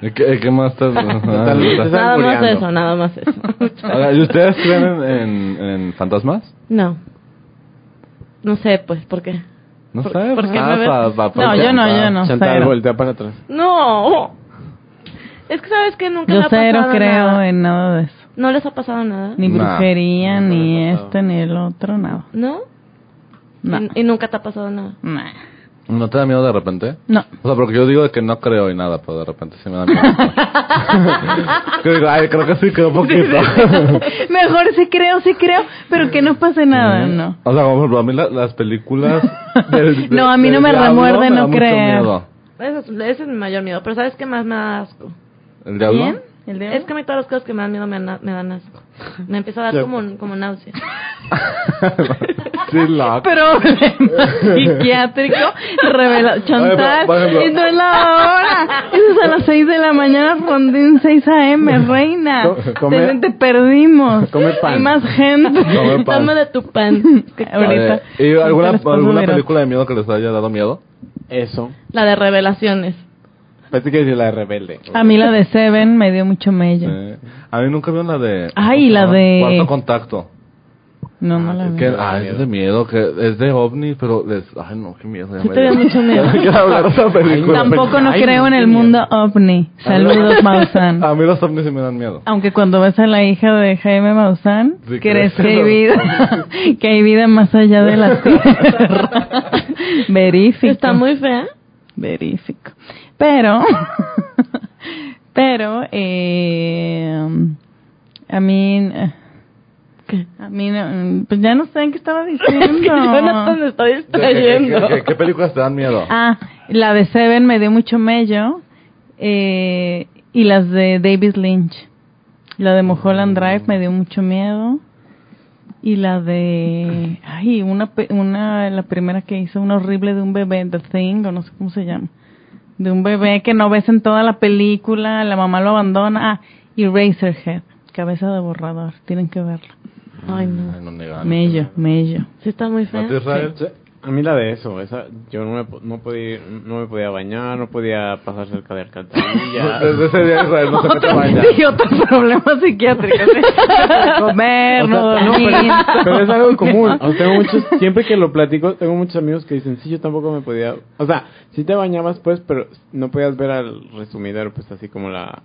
D: ¿Y qué, qué más estás...? Ah,
C: Totalmente.
D: está-
E: Nada más
C: albureando.
E: eso, nada más eso.
D: [laughs] Ahora, ¿Y ustedes creen en, en- en fantasmas?
E: no, No sé, pues, ¿por qué?
D: No
E: ¿Por-
D: sabes.
E: por qué
D: Ah,
E: me ves?
D: pa- pa-
F: No,
D: pa-
F: yo no,
D: pa-
F: yo no.
C: Chantal,
F: cero.
C: voltea para atrás.
E: No. Es que sabes que nunca
F: Yo
E: le ha
F: cero
E: pasado
F: creo
E: nada.
F: en nada de eso.
E: No les ha pasado nada.
F: Ni
D: No.
F: brujería,
C: No,
F: ni
C: no, no, no.
F: este, ni el otro, nada.
E: ¿No?
F: No.
E: Y, y nunca te ha pasado nada.
F: Nah.
D: ¿No te da miedo de repente?
F: No.
D: O sea, porque yo digo que no creo en nada, pero de repente sí me da miedo. [laughs] que digo, ay, creo que sí creo poquito.
F: Mejor sí creo, sí creo, pero que no pase nada, Ah, no.
D: ¿Mm? O sea, como por ejemplo, a mí la- las
F: [laughs]
D: películas. del-
F: No, a mí
D: del
F: no me
D: diablo
F: remuerde
D: me da
F: no
D: mucho
F: creer.
D: miedo.
E: Eso es- ese es mi mayor miedo. Pero ¿sabes qué más me da asco?
D: ¿El diablo?
F: ¿El de
E: Es que a mí todas las cosas que me dan miedo me, dan- me dan asco. Me empieza a dar como,
D: [laughs]
E: como náusea.
D: sí,
F: [laughs]
D: la.
F: problema psiquiátrico revelado. Chantal,
D: por ejemplo-
F: y no es la hora. Eso es a las 6 de la mañana, Rondín 6 a.m., reina.
C: Co- come-
F: te, te perdimos.
C: Come pan.
F: Hay más gente.
E: [laughs]
D: Come pan.
E: Dame de tu pan.
D: [laughs]
F: [laughs]
E: Que-
D: A ver,
F: Ahorita.
D: ¿Y alguna,
F: Ahorita les paso
D: alguna
F: veros.
D: película de miedo que les haya dado miedo?
C: Eso.
E: La de revelaciones.
C: Parece que dice la de rebelde.
F: A mí la de Seven me dio mucho mello.
D: Eh, a mí nunca vio la de.
F: Ay, la de-
D: Cuarto contacto. Ah,
F: No, no la vi.
D: Que,
C: me da
D: ay,
C: miedo.
D: es de miedo, que es de ovni, pero les. Ay, no, qué miedo. ya
E: Sí
D: me
E: te dio
D: dio.
E: mucho miedo.
D: No [laughs] quiero hablar de esa película. [laughs]
F: Tampoco no
C: Ay,
F: creo en el
C: niña.
F: mundo ovni.
D: Ah,
F: Saludos, Maussan.
D: [laughs]
F: Ah,
D: A mí los ovnis sí me dan miedo.
F: Aunque cuando ves a la hija de Jaime Maussan,
D: Sí,
F: crees
D: [laughs] crees
F: que hay
D: que-
F: vida, [laughs] que hay vida más allá de la tierra. [laughs] Verifico.
E: Está muy fea.
F: Verifico. Pero, [laughs] pero, eh, a mí, eh,
E: ¿Qué?
F: a mí, no- pues ya no sé en qué estaba
E: [laughs] Es que yo no te
F: diciendo.
E: estoy
D: ¿Qué, qué-
E: distrayendo.
D: qué- qué- qué películas te dan miedo?
F: ah, la de Seven me dio mucho mello, eh, y las de David Lynch. La de
E: Oh.
F: Mulholland Drive me dio mucho miedo. Y la de. Ay, una, pe- una. La primera que hizo, una horrible de un bebé, The Thing, o no sé cómo se llama. De un bebé que no ves en toda la película, la mamá lo abandona. Ah, y Razorhead, cabeza de borrador. Tienen que verlo.
E: Ay, Ah, no.
D: Ay, no me gano.
F: Mello, mello.
E: Sí está muy fea.
D: ¿A ti, Israel?
C: A mí la de eso, esa, yo no me, po- no, podía, no me podía bañar, no podía pasar cerca de [laughs] alcantarilla.
D: Desde ese día Israel no se mete
F: Otro, [laughs]
D: baña.
F: sí, otro problema psiquiátrico. ¿sí? Comer,
C: O sea,
F: no
C: no,
F: dormir.
C: pero, pero es algo común. O sea, tengo muchos, siempre que lo platico, tengo muchos amigos que dicen, sí, yo tampoco me podía... O sea, sí te bañabas, pues, pero no podías ver al resumidero, pues, así como la...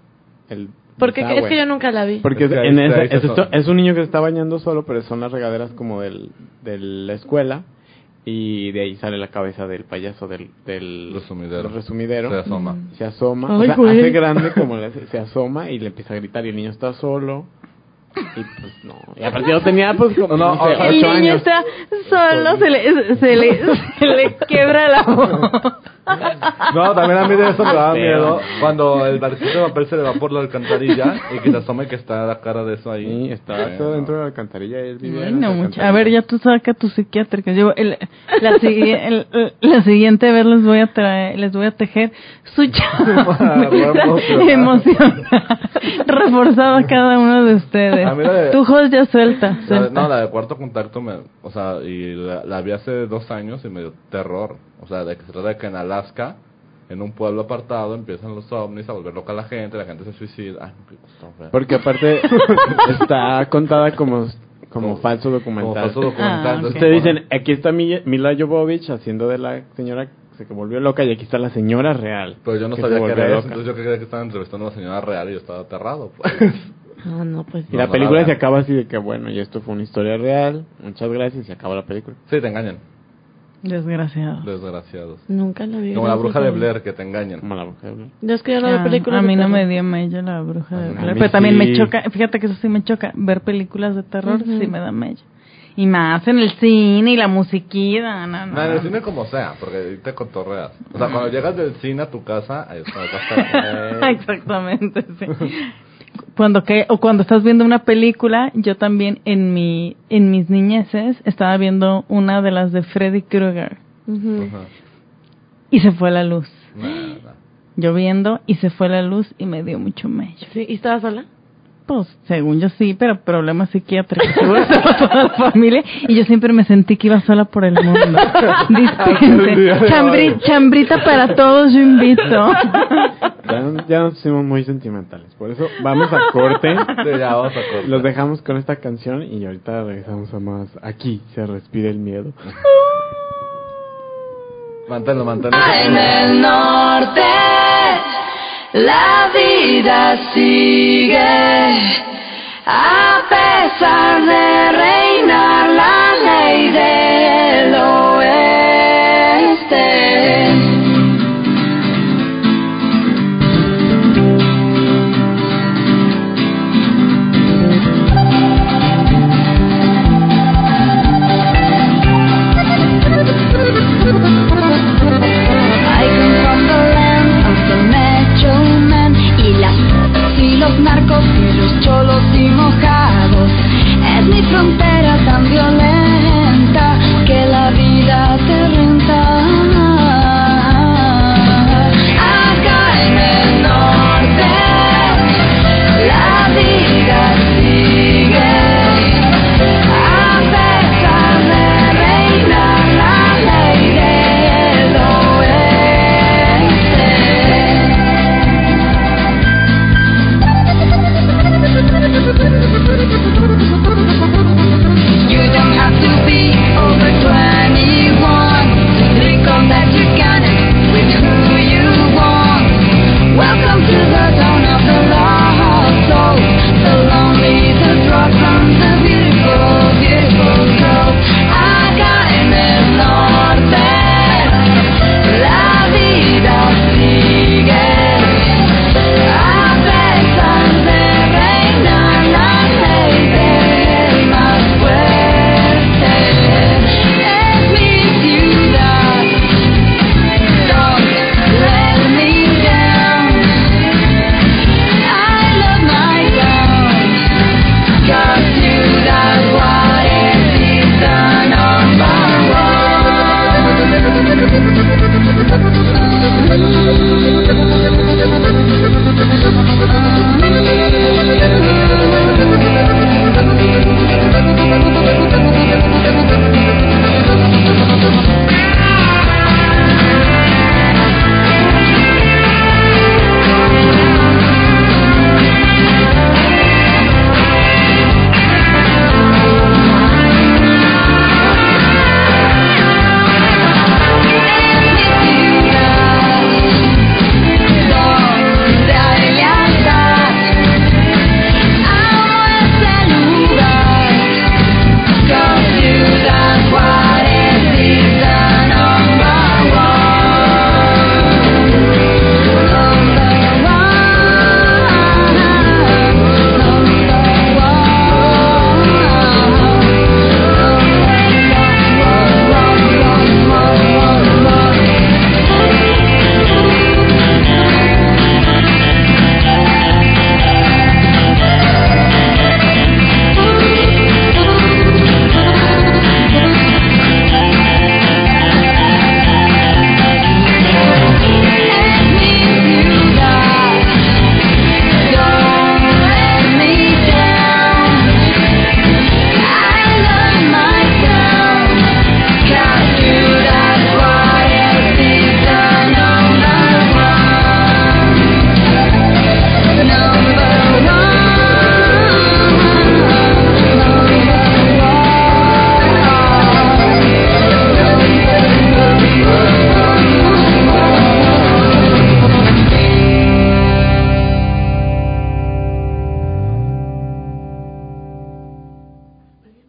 C: El
E: Porque es
C: desagüe. Pues,
E: que yo nunca la vi.
C: Porque
D: Es que ahí
C: en
D: está,
C: esa-
D: ahí está
C: es,
D: solo.
C: esto- es un niño que se está bañando solo, pero son las regaderas como del, de la escuela. Y de ahí sale la cabeza del payaso del, del
D: Resumidero.
C: del resumidero.
D: Se asoma.
C: Se asoma.
E: Ay,
C: o sea,
E: güey.
C: hace grande como le hace- se asoma y le empieza a gritar. Y el niño está solo. Y pues no. Y aparte yo tenía pues como
D: No,
C: no sé,
D: ojo,
F: El
C: ocho
F: niño
C: años.
F: está solo, se le, se
D: [laughs]
F: le, se le quiebra la voz.
D: No, también a mí de eso me daba
C: Pero-
D: miedo cuando el barquito de papel se le va por la alcantarilla y que te asome que está la cara de eso ahí.
C: Sí, estaba
D: Eh,
C: todo
D: no.
C: dentro de la alcantarilla. Y él vivía en
F: Bueno,
C: esa
F: mucha-
C: alcantarilla.
F: A ver, ya tú saca tu psiquiátrico. Yo, el- la, sigui- el- el- la siguiente vez les voy a traer, les voy a tejer su
D: Para
F: emoción [laughs]
D: emocionar.
F: emocional reforzado a cada uno de
D: A mí la de-
F: ustedes. Tu host ya suelta.
D: La de-
F: suelta.
D: no, la de cuarto contacto, me, o sea, y la, la vi hace dos años y me dio terror. O sea, de que se trata de que en Alaska, en un pueblo apartado, empiezan los ovnis a volver loca a la gente, la gente se suicida. Ay, qué cosa tan fea.
C: Porque
D: [laughs]
C: aparte está contada como, como falso
D: Como
C: documental.
D: falso documental.
F: Ah,
D: entonces,
C: Te
D: como-
C: dicen, aquí está Mi- Mila Jovovich haciendo de la señora que se volvió loca y aquí está la señora real.
D: Pero yo no
C: que se
D: sabía qué
C: volvió
D: era eso,
C: loca.
D: entonces yo creía que estaban entrevistando a una señora real y yo estaba aterrado.
C: [laughs]
D: Pues.
E: No, no, pues.
C: Y
D: No,
C: la
D: no,
C: película
D: la
C: se
D: verdad.
C: acaba así de que, bueno, y esto fue una historia real, muchas gracias, y se acaba la película.
D: Sí, te engañan,
F: Desgraciado.
D: desgraciados.
E: Nunca la vi.
D: Como la
E: gracias
D: bruja
E: a
D: de
E: Dios.
D: Blair, que te engañan.
C: Como la bruja de Blair.
E: Yo es que yo no
F: Ah,
E: veo películas.
F: a
E: de
F: mí no
E: terror.
F: me dio mello la bruja de
C: A
F: Blair,
C: mí
F: pero también me
C: sí.
F: choca, fíjate que eso sí me choca, ver películas de terror
E: Ujú.
F: sí me da mello. Y más en el cine y la musiquita, no, no.
D: No, en el
F: [laughs]
D: cine como sea, porque ahí te cotorreas. O sea, cuando llegas del cine a tu casa, ahí está, ahí
G: [laughs]
D: está.
F: Exactamente, sí. Cuando que o cuando estás viendo una película, yo también en mi en mis niñeces estaba viendo una de las de Freddy Krueger
E: Ujú.
D: Ajá.
F: y se fue la luz.
D: Nada.
F: Lloviendo y se fue la luz y me dio mucho mello.
E: Sí, ¿Y estaba sola?
F: pues según yo sí, pero problemas psiquiátricos. Seguro estaba toda la familia y yo siempre me sentí que iba sola por el
D: [laughs]
F: mundo. Dispense. Chambri- chambrita para todos, yo
D: [laughs]
F: invito.
C: Ya, no- ya nos pusimos muy sentimentales. Por eso vamos a
D: [laughs]
C: corte.
D: Ya vamos a cortar.
C: Los dejamos con esta canción y ahorita regresamos a más. Aquí se respira el miedo.
D: Manténlo, manténlo.
G: Ah, En el norte la vida sigue a pesar de reinar la ley del oeste. I come from the land of the macho man Y las y los narcos y los cholos y mojados Es mi frontera tan violenta Que la vida te renta Acá en el norte La vida sigue a pesar de reinar la ley del oeste You don't have to be over 21 to reconnect you can with who you want Welcome to the zone of the lost soul, the lonely, the drugs and the beautiful, beautiful girls. Acá en el norte, la vida sigue. A pesar de reinar la ley del más fuerte, es mi ciudad. Don't let me down. I love my town. Cause ciudad Juárez is the number de alianzas. Amo este lugar, con Ciudad Juárez is the number one, number one, number one.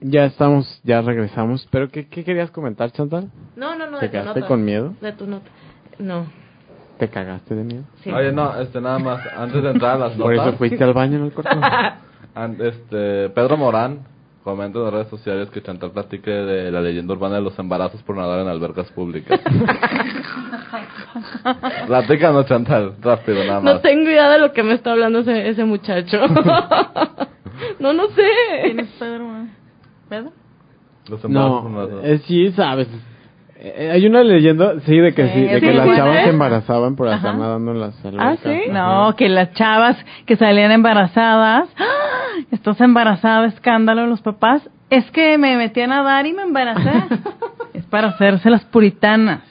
C: Ya estamos, ya regresamos. ¿Pero qué, qué querías comentar, Chantal?
E: No, no, no.
C: ¿Te
E: de tu
C: quedaste
E: nota.
C: con miedo?
E: De tu nota. No.
C: ¿Te cagaste de miedo?
E: Sí.
D: Oye, no, este, nada más, antes de entrar a las
C: ¿Por eso
D: notas,
C: fuiste al baño en el corte?
D: an- este, Pedro Morán comenta en las redes sociales que Chantal platique de la leyenda urbana de los embarazos por nadar en albercas públicas. Platícanos, Chantal, rápido, nada más.
E: No tengo idea de lo que me está hablando ese,
C: [laughs]
E: ese muchacho. no, no sé.
F: Pedro? ¿Pedro?
D: Los embarazos por
C: No,
D: nadar.
C: eh, sí, sabes. Eh, hay una leyenda, sí, de que,
F: Sí,
C: sí, de
F: ¿sí
C: que las
F: puede
C: chavas
F: ser?
C: se embarazaban por
F: Ajá.
C: estar nadando en las
E: ¿Ah,
C: albercas.
E: sí?
C: Ajá.
F: No, que las chavas que salían embarazadas ¡ah! estás embarazada, escándalo, los papás. Es que me metí a nadar y me embaracé. es para hacerse las puritanas.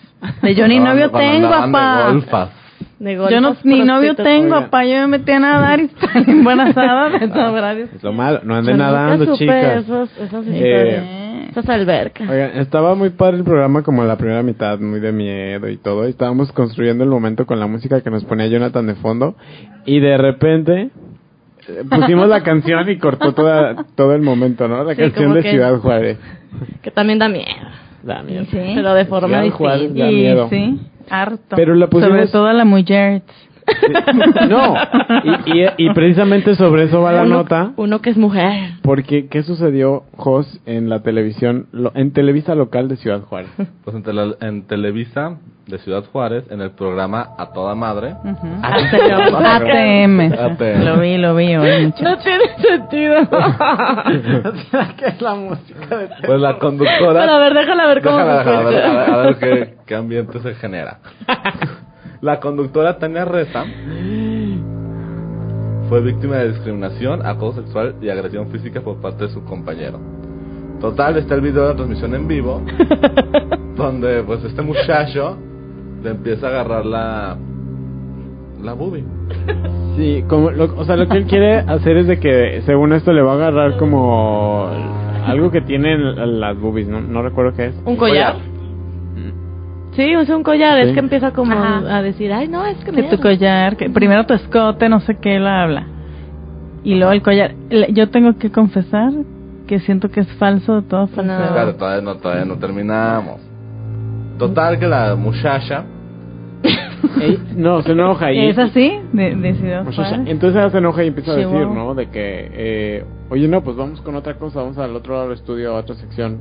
F: De yo ni
D: Cuando-
F: novio
D: cuando
F: tengo,
D: andaban de
F: papá.
D: golfas.
E: De
F: Yo no,
E: golpes,
F: ni novio
E: prostitutas.
F: tengo,
C: Oigan.
F: papá. Yo me metí a nadar y estoy embarazada.
D: [laughs]
F: Me sabrá Dios.
C: Es lo malo, no
E: Yo
C: anden
E: nunca
C: nadando,
E: supe
C: chicas.
E: Esos, esas
C: Eh,
E: historias. Esas albercas.
C: Oigan, estaba muy padre el programa como la primera mitad, muy de miedo y todo. y estábamos construyendo el momento con la música que nos ponía Jonathan de fondo. Y de repente eh, pusimos la canción y cortó toda, todo el momento, ¿no? La
E: Sí,
C: canción
E: como
C: de
E: que-
C: Ciudad Juárez.
E: Que también da miedo.
C: La mierda.
F: Sí.
E: Pero de forma
C: Ciudad Juárez,
E: distinta.
C: Da miedo.
F: Y sí, harto.
C: Pero la pusimos-
F: Sobre todo a la mujer.
C: No, y, y- y precisamente sobre eso va la
E: Uno-
C: nota.
E: Uno que
D: [laughs]
E: es mujer.
C: Porque, ¿qué sucedió, Jos, en la televisión, lo- en Televisa local de Ciudad Juárez?
D: Pues en, tele- en Televisa de Ciudad Juárez, en el programa A Toda Madre.
F: Ujú. [laughs]
D: ATM.
F: ATM.
D: ATM.
F: Lo vi, lo vi
C: [laughs]
F: hoy, muchacho.
E: No tiene
D: [laughs]
E: sentido.
C: ¿Qué es la música de
D: Pues la conductora.
E: Pero a ver, déjala ver cómo
D: Déjala,
E: se
D: déjala, a ver,
E: escucha.
D: a ver, a ver qué, qué ambiente se genera. La conductora Tania Reza fue víctima de discriminación, acoso sexual y agresión física por parte de su compañero. Total, está el video de la transmisión en
E: [laughs]
D: vivo, donde pues este muchacho le empieza a agarrar la... la boobie.
C: Sí, como lo- o sea, lo que
F: [laughs]
C: él quiere hacer es de que, según esto, le va a agarrar como algo que tienen las boobies, ¿no? No recuerdo qué es.
E: [laughs] ¿Un collar? Sí, usa un collar.
C: Sí.
E: Es que empieza como
A: Ajá.
E: a decir, ay, no, es que me
F: Que tu collar, que primero tu escote, no sé qué, la habla. Y luego el collar. Le- Yo tengo que confesar que siento que es falso de todo
D: Claro,
F: falsedad.
D: todavía no, todavía no terminamos. Total, que la muchacha
C: Ey, no, se enoja y...
F: ¿Es así? De, de Ciudad
C: Pues, O sea,
F: Juárez.
C: entonces ella se enoja y empieza a
F: Chihuahua.
C: decir, ¿no? De que, eh, oye, no, pues vamos con otra cosa, vamos al otro lado del estudio, a otra sección.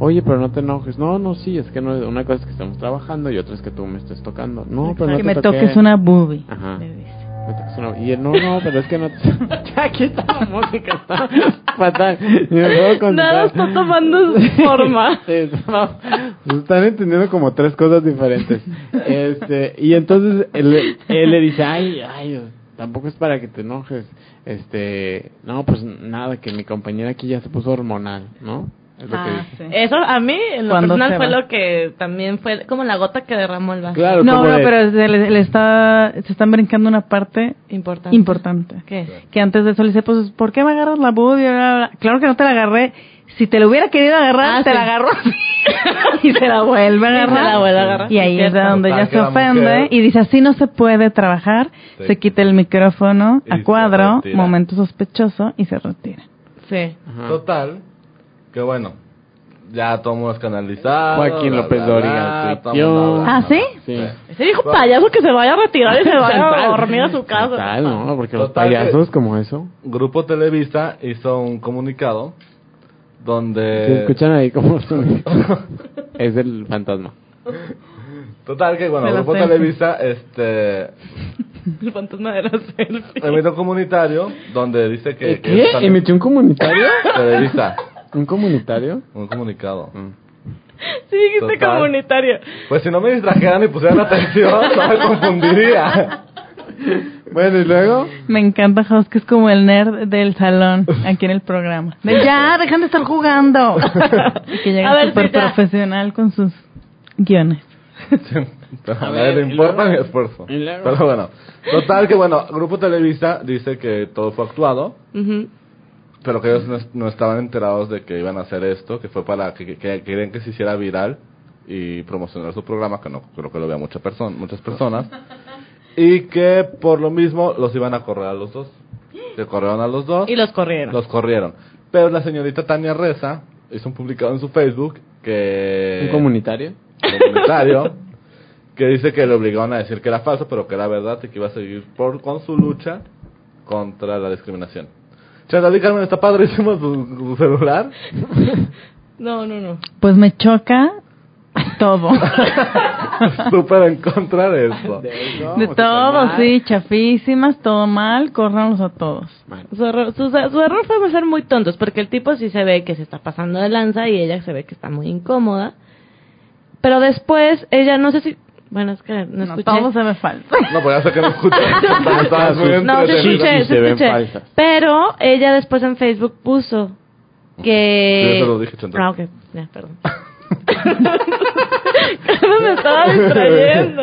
C: Oye, pero no te enojes. No, no, sí, es que no, una cosa es que estamos trabajando y otra es que tú me estés tocando. No, pero no
F: que
C: te
F: me
C: toqué.
F: toques una boobie.
C: Ajá.
F: le dice.
C: Me toques una- Y él, no, no, pero es que no... [laughs] Ya, Aquí está la música, está [laughs] fatal. Ni me puedo concentrar.
E: Nada está tomando forma.
C: [laughs] Sí, estamos- están entendiendo como tres cosas diferentes. Este, y entonces él, él le dice, ay, ay, tampoco es para que te enojes. Este, no, pues nada, que mi compañera aquí ya se puso hormonal, ¿no? Es lo que
F: Ah,
C: dice.
F: sí.
E: Eso a mí, en lo
F: Cuando
E: personal,
F: se
E: fue
F: va.
E: lo que también fue como la gota que derramó el vaso.
C: Claro,
F: No,
C: como
F: no,
C: de-
F: pero se le, le está, se están brincando una parte
E: Importante.
F: importante.
E: ¿Qué es?
F: Que antes de eso le dice, pues, ¿por qué me agarras la boobie? Bla, bla, bla. Claro que no te la agarré. Si te la hubiera querido agarrar,
E: Ah,
F: te
E: sí.
F: la agarró [laughs] y se la vuelve a
E: [laughs] Y se
F: agarrar.
E: la vuelve a agarrar.
F: Y ahí
E: Sí,
F: es de
E: cierto.
F: donde
D: Total,
F: ella
D: Ah, que
F: se
D: la
F: ofende
D: mujer-
F: y dice, así no se puede trabajar.
D: Sí.
F: Se quita el micrófono
D: Y
F: a
D: se
F: cuadro,
D: retira.
F: momento sospechoso, y se retira.
E: Sí.
C: Ajá.
D: Total, que bueno, ya todo el mundo es canalizado.
C: Joaquín
D: bla,
C: López
D: bla,
C: Dóriga
D: bla, todo el
C: tuiteó.
D: mundo bla,
F: ¿Ah,
D: bla,
F: sí?
D: bla.
C: Sí.
E: Ese dijo payaso que se vaya a retirar y se vaya a dormir a su casa.
C: Total, ¿no? Porque los
D: Total,
C: payasos
D: que-
C: como eso,
D: Grupo Televisa hizo un comunicado
C: se
D: donde...
C: escuchan ahí como son. es el fantasma.
D: [laughs] Total, que bueno,
F: De la
D: Grupo
F: selfie.
D: Televisa este
E: [laughs] El fantasma de la selfie.
D: emite un comunitario donde dice que...
C: ¿Eh,
D: que
C: ¿Qué?
D: están-
C: ¿Emitió un comunitario?
D: Televisa,
C: ¿Un comunitario?
D: un comunicado.
C: Mm.
E: Sí, dijiste
D: Total.
E: comunitario.
D: Pues si no me distrajeran y pusieran atención, no me confundiría.
C: [laughs] Bueno, ¿y luego?
F: Me encanta House, que es como el nerd del salón aquí en el programa. De, ya, dejan de estar jugando.
D: [laughs]
F: y que
E: A
F: llega
E: ver,
F: súper
E: sí, ya.
F: profesional con sus guiones.
D: Pero a
C: A
D: nadie
C: ver,
D: le
C: y
D: importa
C: luego-
D: mi esfuerzo.
C: y luego-
D: Pero bueno, total que bueno, Grupo Televisa dice que todo fue actuado,
E: Ujú.
D: pero que ellos no, es- no estaban enterados de que iban a hacer esto, que fue para que, que- que querían que se hiciera viral y promocionar su programa, que no creo que lo vea mucha persona, muchas personas, y que por lo mismo los iban a correr a los dos. Se corrieron a los dos.
E: Y los corrieron.
D: Los corrieron. Pero la señorita Tania Reza hizo un publicado en su Facebook que...
C: ¿Un comunitario?
D: comunitario, que dice que le obligaron a decir que era falso, pero que era verdad y que iba a seguir por, con su lucha contra la discriminación. Chantal y Carmen está padrísimo su, su
C: [laughs]
D: celular.
E: No, no, no.
F: Pues me choca
D: [laughs]
F: todo.
D: Súper en contra de eso.
F: De todo, sí, chafísimas, todo mal, córranlos a todos.
E: [laughs]
C: [laughs]
E: Su error, su, su error fue ser muy tontos, porque el tipo sí se ve que se está pasando de lanza y ella se ve que está muy incómoda. Pero después, ella no sé si Bueno, es que
F: No,
E: no escuché.
F: todo se me falta.
D: No,
F: [laughs]
D: pues ya sé que no escuché. Estabas muy
E: No, se
D: entretenida.
E: escuché,
H: Sí,
E: se
H: se ven
E: escuché.
H: falsas.
E: Pero ella después en Facebook puso que...
D: Sí, yo se lo dije, Chantal.
E: Ah, ok. Ya, perdón. [laughs] Carlos me estaba distrayendo.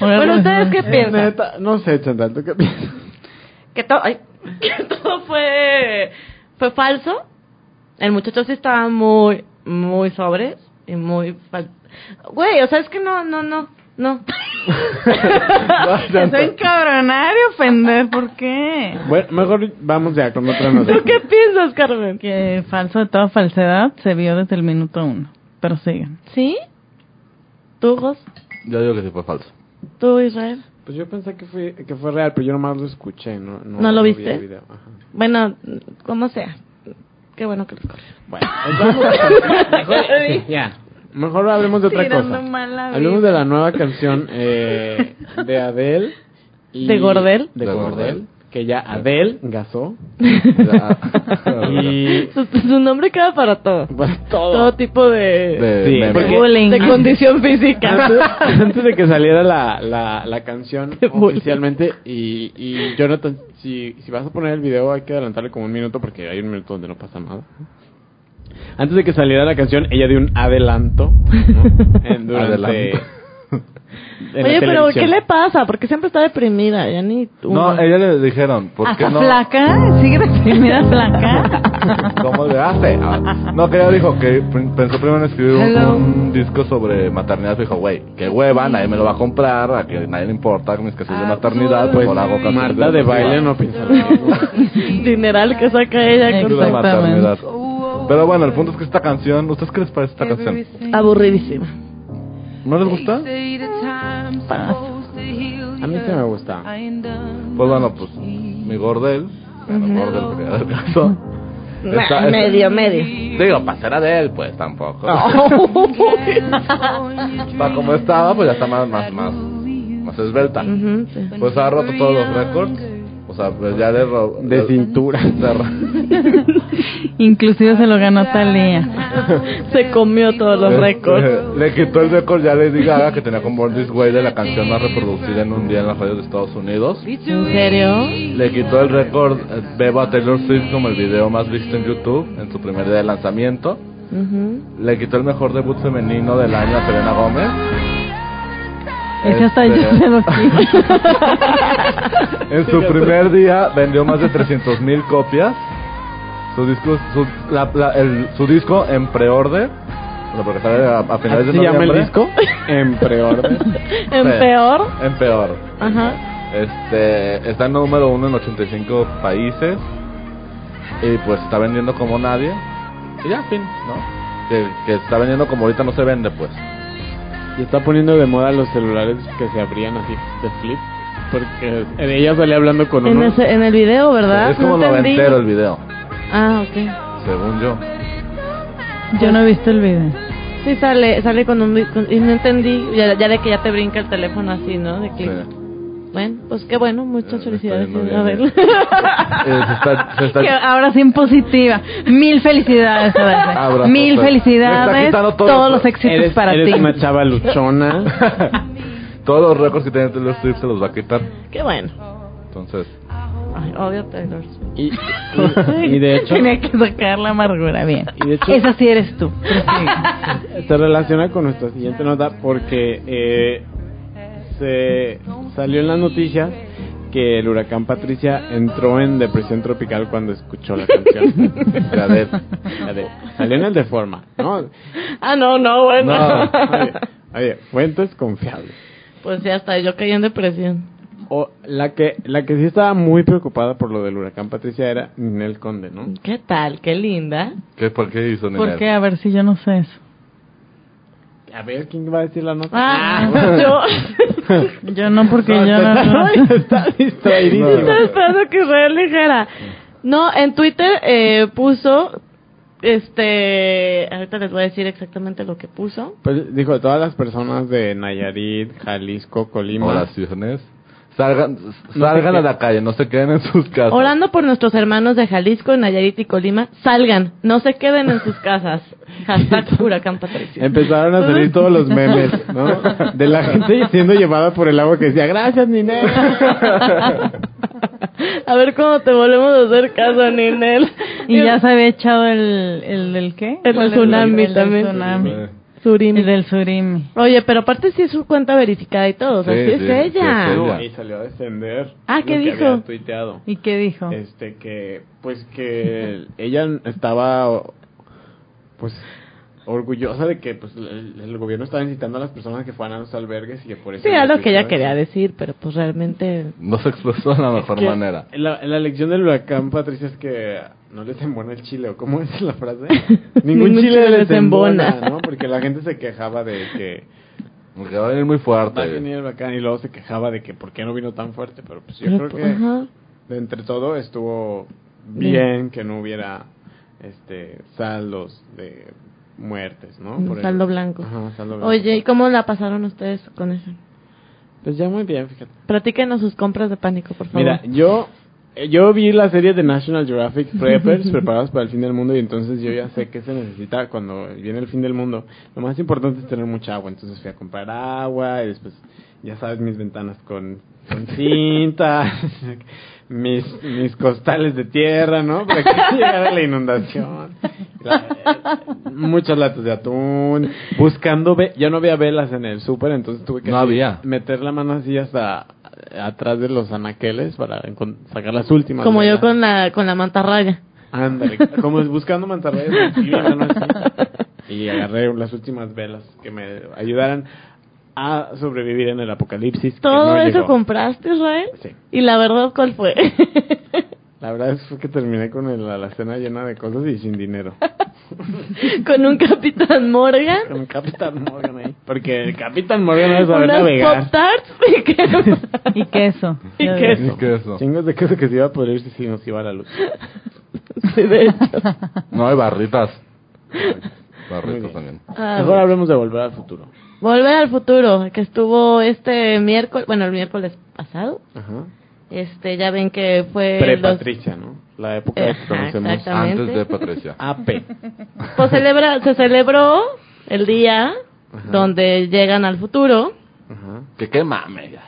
E: bueno, ¿ustedes qué piensan?
C: Eh, Neta, no sé, Chantal, ¿tú qué piensas?
E: Que, to- ay, [laughs] que todo fue, fue falso. El muchacho sí estaba muy, muy sobre y muy fal- Güey, o sea, es que no, no, no, no.
F: Eso encabronar y ofender, ¿por qué?
C: Bueno, mejor vamos ya con otra nota.
E: [laughs] ¿Tú qué piensas, Carmen?
F: Que Eh, falso de toda falsedad se vio desde el minuto uno. Pero sigan.
E: ¿Sí? ¿Tú, Jos?
D: Yo digo que sí fue
C: [laughs]
D: falso.
E: ¿Tú, Israel?
C: Pues yo pensé que fue, que fue real, pero yo nomás lo escuché. ¿No, no,
E: ¿No lo
C: vi
E: viste?
C: el video, ajá.
E: Bueno, como sea. Qué bueno que lo
D: [laughs]
E: escogí.
C: Bueno, pues vamos- mejor, [laughs] ya. Mejor hablemos de otra
F: Tirando
C: cosa.
F: mala
C: Hablemos
F: vida.
C: de la nueva canción eh, de Adele. Y
E: ¿De Gordel?
C: De,
D: De
C: Gordel,
D: Gordel.
C: Que ya Adele gasó. Y.
E: [laughs] Su, su nombre queda para todo.
C: Para
E: Todo
C: todo.
E: tipo de...
D: De
C: Sí,
D: meme.
C: porque-
F: Bullying.
E: de [laughs] condición física.
C: Antes,
D: [laughs]
E: [laughs]
C: antes de que saliera la, la, la canción
E: Qué bueno.
C: oficialmente, y, y Jonathan, si, si vas a poner el video, hay que adelantarle como un minuto porque hay un minuto donde no pasa nada. Antes de que saliera la canción, ella dio un adelanto
E: [laughs]
C: ¿no? en, durante.
D: Adelanto.
C: en la
E: Oye, pero
C: televisión.
E: ¿qué le pasa? Porque siempre está deprimida, ya ni
D: No, ella le dijeron, ¿por qué
F: ¿Hasta
D: no?
F: flaca? ¿Sigue
D: [laughs]
F: deprimida flaca?
D: ¿Cómo le hace? Ah, No, que ella dijo que pr- pensó primero en escribir un,
F: Hello.
D: un disco sobre maternidad. Dijo, güey, qué hueva, nadie me lo va a comprar, a que nadie le importa mis que soy de
F: Ah,
D: maternidad,
F: pues,
D: pues mejor hago canciones
C: Marta de baile no piensa lo mismo.
E: [laughs] dineral que saca ella
D: de
E: con
F: Exacto.
D: maternidad.
F: Exactamente.
D: Pero bueno, el punto es que esta canción, ¿ustedes qué les parece esta canción?
E: aburridísima.
D: ¿No les gusta?
E: Para-
C: A mí sí me gusta.
D: Pues bueno, pues mi Gordel, bueno, Gordel, porque era el caso.
E: Nah,
D: Está- es-
E: medio, medio.
D: Digo, [laughs] pasará de él, pues tampoco.
E: Ujú,
D: Para como estaba, pues ya está más, más, más, más esbelta.
E: sí.
D: Pues ha roto todos los récords. O sea, pues ya le ro-
C: De cintura.
D: [laughs] le ro-
F: Inclusive se lo ganó
D: [laughs]
F: Talía.
E: Se comió todos los récords.
D: Eh, Le quitó el récord ya Lady Gaga que tenía con Born This Way de la canción más reproducida en un día en las radios de Estados Unidos.
E: ¿En serio?
D: Le quitó el récord eh, Bebo a Taylor Swift como el video más visto en YouTube en su primer día de lanzamiento.
E: Ujú.
D: Le quitó el mejor debut femenino del año a Selena Gómez.
F: Ese hasta yo
D: Este,
F: se lo [laughs] quito.
D: [laughs] En su primer día vendió más de 300.000 copias. Su disco, su, la- la- el- su disco en preorden. O sea, porque sale a, a
C: ¿Así
D: finales de
C: se llama
D: noviembre.
C: el disco? En
E: [laughs]
C: preorden.
E: ¿En peor?
D: En peor.
E: Ajá.
D: Este, está en número uno en 85 países. Y pues está vendiendo como nadie. Y ya, fin, ¿no? Que, que está vendiendo como ahorita no se vende, pues.
C: Y está poniendo de moda los celulares que se abrían así de flip. Porque ella salía hablando con
E: En,
C: uno.
E: ese, en el video, ¿verdad?
D: Es como
E: no entendí.
D: noventero el video,
E: Ah, ok.
D: según yo.
F: Yo no he visto el video.
E: Sí, sale, sale con un... vi- con- y no entendí, ya, ya de que ya te brinca el teléfono así, ¿no? De
D: Sí.
E: que, Bueno, pues qué bueno, muchas
D: Eh,
E: felicidades.
D: está yendo
E: a ah,
D: bien,
E: ver. [laughs]
D: Eh, se está- se está-
F: Que ahora sí en positiva. Mil felicidades, Adele. Mil
D: Abrazo, Adele. Me está
F: felicidades.
D: quitando todo.
F: Todos los éxitos
C: Eres,
F: para
C: eres
F: ti.
C: una chava luchona.
D: [laughs] Todos los récords que tiene Taylor Swift se los va a quitar.
E: qué bueno.
D: Entonces,
E: Ay, odio Taylor Swift.
C: Y,
D: [laughs]
C: y-
F: [laughs]
C: y de hecho
F: Tenía que sacar la amargura bien.
C: Y de hecho-
F: Esa sí eres tú. Pero sí.
C: se relaciona con nuestra siguiente nota porque eh, se salió en las noticias que el huracán Patricia entró en depresión tropical cuando escuchó la
F: [laughs]
C: canción.
D: a ver.
C: La de- salió en el de forma, ¿no?
E: Ah, no, no, bueno.
C: Oye, oye, fuentes confiables.
E: [laughs] Pues ya está, yo caí en depresión.
C: O la que la que sí estaba muy preocupada por lo del huracán Patricia era Ninel Conde, ¿no?
E: ¿Qué tal? Qué linda.
D: ¿Qué, ¿Por qué hizo
F: ¿Por
D: Ninel?
F: qué? A ver si yo no sé eso.
C: A ver quién va a decir la nota.
E: Ah, [laughs]
D: [laughs]
E: yo
F: Yo no, porque
C: No,
F: yo no.
C: está, está distraidísima.
E: estaba esperando que Israel dijera. No, en Twitter eh, puso, este, ahorita les voy a decir exactamente lo que puso.
C: Pues dijo, todas las personas de Nayarit, Jalisco, Colima,
D: Oraciones. Salgan, salgan a la calle, no se queden en sus casas.
E: Orando por nuestros hermanos de Jalisco, Nayarit y Colima, salgan, no se queden en sus
C: [laughs]
E: casas. Hashtag Huracán Patricio.
C: Empezaron a salir todos los memes, ¿no? De la gente siendo llevada por el agua que decía, gracias, Ninel. Em.
E: A ver cómo te volvemos a hacer caso, Ninel.
F: Y ya se había echado el, el del qué?
E: El del tsunami también.
F: Del tsunami.
D: Eh,
E: Surimi.
F: El del surimi.
E: Oye, pero aparte sí es su cuenta verificada y todo, o sea,
D: Sí,
E: sí, es
D: sí, sí
E: ella.
D: es ella.
C: Y salió a defender.
E: Ah,
C: lo
E: ¿qué
C: que
E: dijo?
C: había tuiteado.
F: ¿Y qué dijo?
C: Este, que, pues que [laughs] ella estaba, pues, orgullosa de que pues el, el gobierno estaba incitando a las personas que fueran a los albergues y que por eso...
E: Sí, era lo que ella
C: restricciones.
E: quería decir, pero pues realmente...
D: No se expresó de la mejor
C: Que
D: manera.
C: La, la lección del huracán, Patricia, es que no les embona el chile, ¿o cómo [laughs] es la
E: [laughs]
C: frase? Ningún chile, les embona, ¿no? Porque la gente se quejaba de que
D: Porque va a venir muy
C: va a venir
D: fuerte.
C: el huracán y luego se quejaba de que por qué no vino tan fuerte, pero pues yo creo
E: Pero,
C: que...
E: ajá.
C: de entre todo estuvo
E: Bien.
C: bien, que no hubiera este saldos de muertes, ¿no?
E: Un
C: el-
E: saldo blanco.
C: Ajá, saldo blanco.
E: Oye, ¿y cómo la pasaron ustedes con eso?
C: pues ya muy bien, fíjate.
E: Platíquenos sus compras de pánico, por favor.
C: Mira, yo eh, yo vi la serie de National Geographic Preppers preparados para el fin del mundo y entonces yo ya sé qué se necesita cuando viene el fin del mundo. Lo más importante es tener mucha agua, entonces fui a comprar agua y después ya sabes mis ventanas con, con cinta, [laughs] mis mis costales de tierra, ¿no? Para que [laughs] llegara la inundación. La- eh, muchos latas de atún, buscando ve- ya no había velas en el súper, entonces tuve que
D: No
C: así
D: había.
C: meter la mano así hasta atrás de los anaqueles para encon- sacar las últimas.
E: Como yo
C: velas.
E: con la, con la mantarraya.
C: Ándale, como es buscando
E: [laughs]
C: mantarrayas. así, la mano así. Y agarré las últimas velas que me ayudaran a sobrevivir en el apocalipsis. que
E: ¿Todo
C: no
E: eso
C: llegó.
E: compraste, Israel?
C: Sí.
E: ¿Y la verdad cuál fue? [laughs]
C: La verdad es que terminé con el- la cena llena de cosas y sin
E: [laughs]
C: dinero.
E: ¿Con un Capitán Morgan?
C: Con el Capitán Morgan ahí. Porque el Capitán Morgan no sabe
E: ¿Unas
C: navegar.
E: Pop Tarts? ¿Y [laughs] qué?
F: [laughs] ¿Y queso?
E: ¿Y
F: Ya ves.
E: queso?
D: Ni que eso.
C: Chingos de queso que se iba a podrir si nos iba la luz.
E: [laughs] Sí, de hecho.
D: No hay barritas.
C: Muy
D: Barritas
C: bien.
D: también.
E: Ah,
C: Mejor hablemos de volver al futuro.
E: Volver al futuro, que estuvo este miércoles, bueno, el miércoles pasado.
C: Ajá.
E: Este, ya ven que fue el dos-
C: Pre-Patricia, ¿no? La época de que
E: Ajá,
C: conocemos.
E: exactamente.
D: Antes de Patricia.
C: AP.
E: [laughs] pues celebra, se celebró el día donde llegan al futuro.
C: Ajá.
D: Que qué mame ya.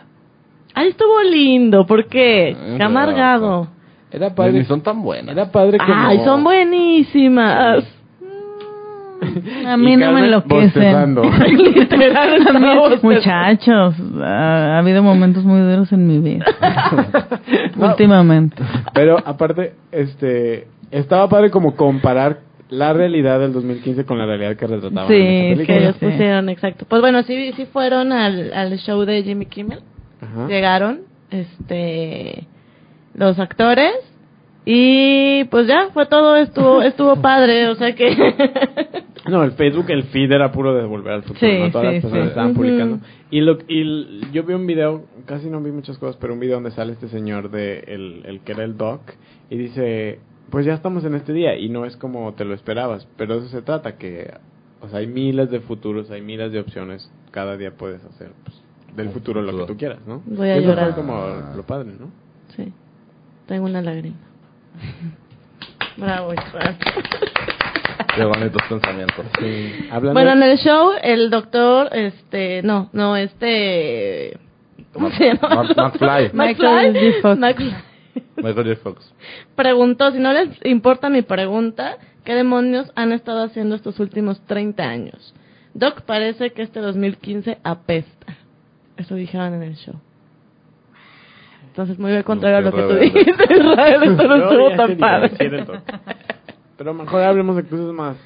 E: Ahí estuvo lindo, ¿por qué?
D: Ah,
E: Qué amargado.
C: Era
D: Ni
C: padre.
D: son tan buenas.
C: Era padre como...
E: Ay, son buenísimas. Mm.
F: A mí
C: Y
F: no me
C: Carmen
F: enloquecen. [laughs]
C: bostezando.
E: Literal,
F: A mí-
E: estaba bostezando.
F: Muchachos, ah, ha, ha habido momentos muy duros en mi [laughs] vida. Últimamente.
C: Pero aparte, este... Estaba padre como comparar la realidad del 2015 con la realidad que retrataban
F: Sí,
C: en esa
F: sí.
E: Que
C: película.
E: ellos pusieron, exacto. Pues bueno, sí, sí fueron al, al show de Jimmy Kimmel.
C: Ajá.
E: llegaron este los actores y pues ya fue
C: [laughs]
E: todo estuvo estuvo padre o sea que
C: No, el Facebook, el feed era puro de volver al futuro.
F: Sí,
C: ¿no? Todas
F: sí,
C: las personas
F: sí.
C: estaban
E: Ujú.
C: publicando. Y, lo, y l- yo vi un video, casi no vi muchas cosas, pero un video donde sale este señor de el, el que era el doc y dice, pues ya estamos en este día y no es como te lo esperabas, pero de eso se trata, que o sea, hay miles de futuros, hay miles de opciones, cada día puedes hacer pues, del
D: Un
C: futuro lo que
D: futuro.
C: tú quieras, ¿no?
E: Voy a
C: Eso
E: llorar.
C: fue como lo padre, ¿no?
E: sí tengo una lágrima bravo Israel.
D: Qué bonitos pensamientos.
C: Hablando
E: bueno en el show el doctor este no no este cómo se llama
D: Mac- McFly.
E: McFly,
F: Michael J. Fox.
E: McFly.
D: Michael J. Fox.
E: preguntó si no les importa mi pregunta qué demonios han estado haciendo estos últimos 30 años Doc parece que este 2015 apesta. Eso dijeron en el show. Entonces, muy bien contrario
D: No,
E: a
D: qué
E: lo que tú
D: rebelde.
E: dijiste, Israel. Eso
C: [laughs]
E: no
C: Yo
E: estuvo
C: ya
E: tan
C: sé ni qué decir
E: padre.
C: del doc. Pero mejor hablemos de cosas más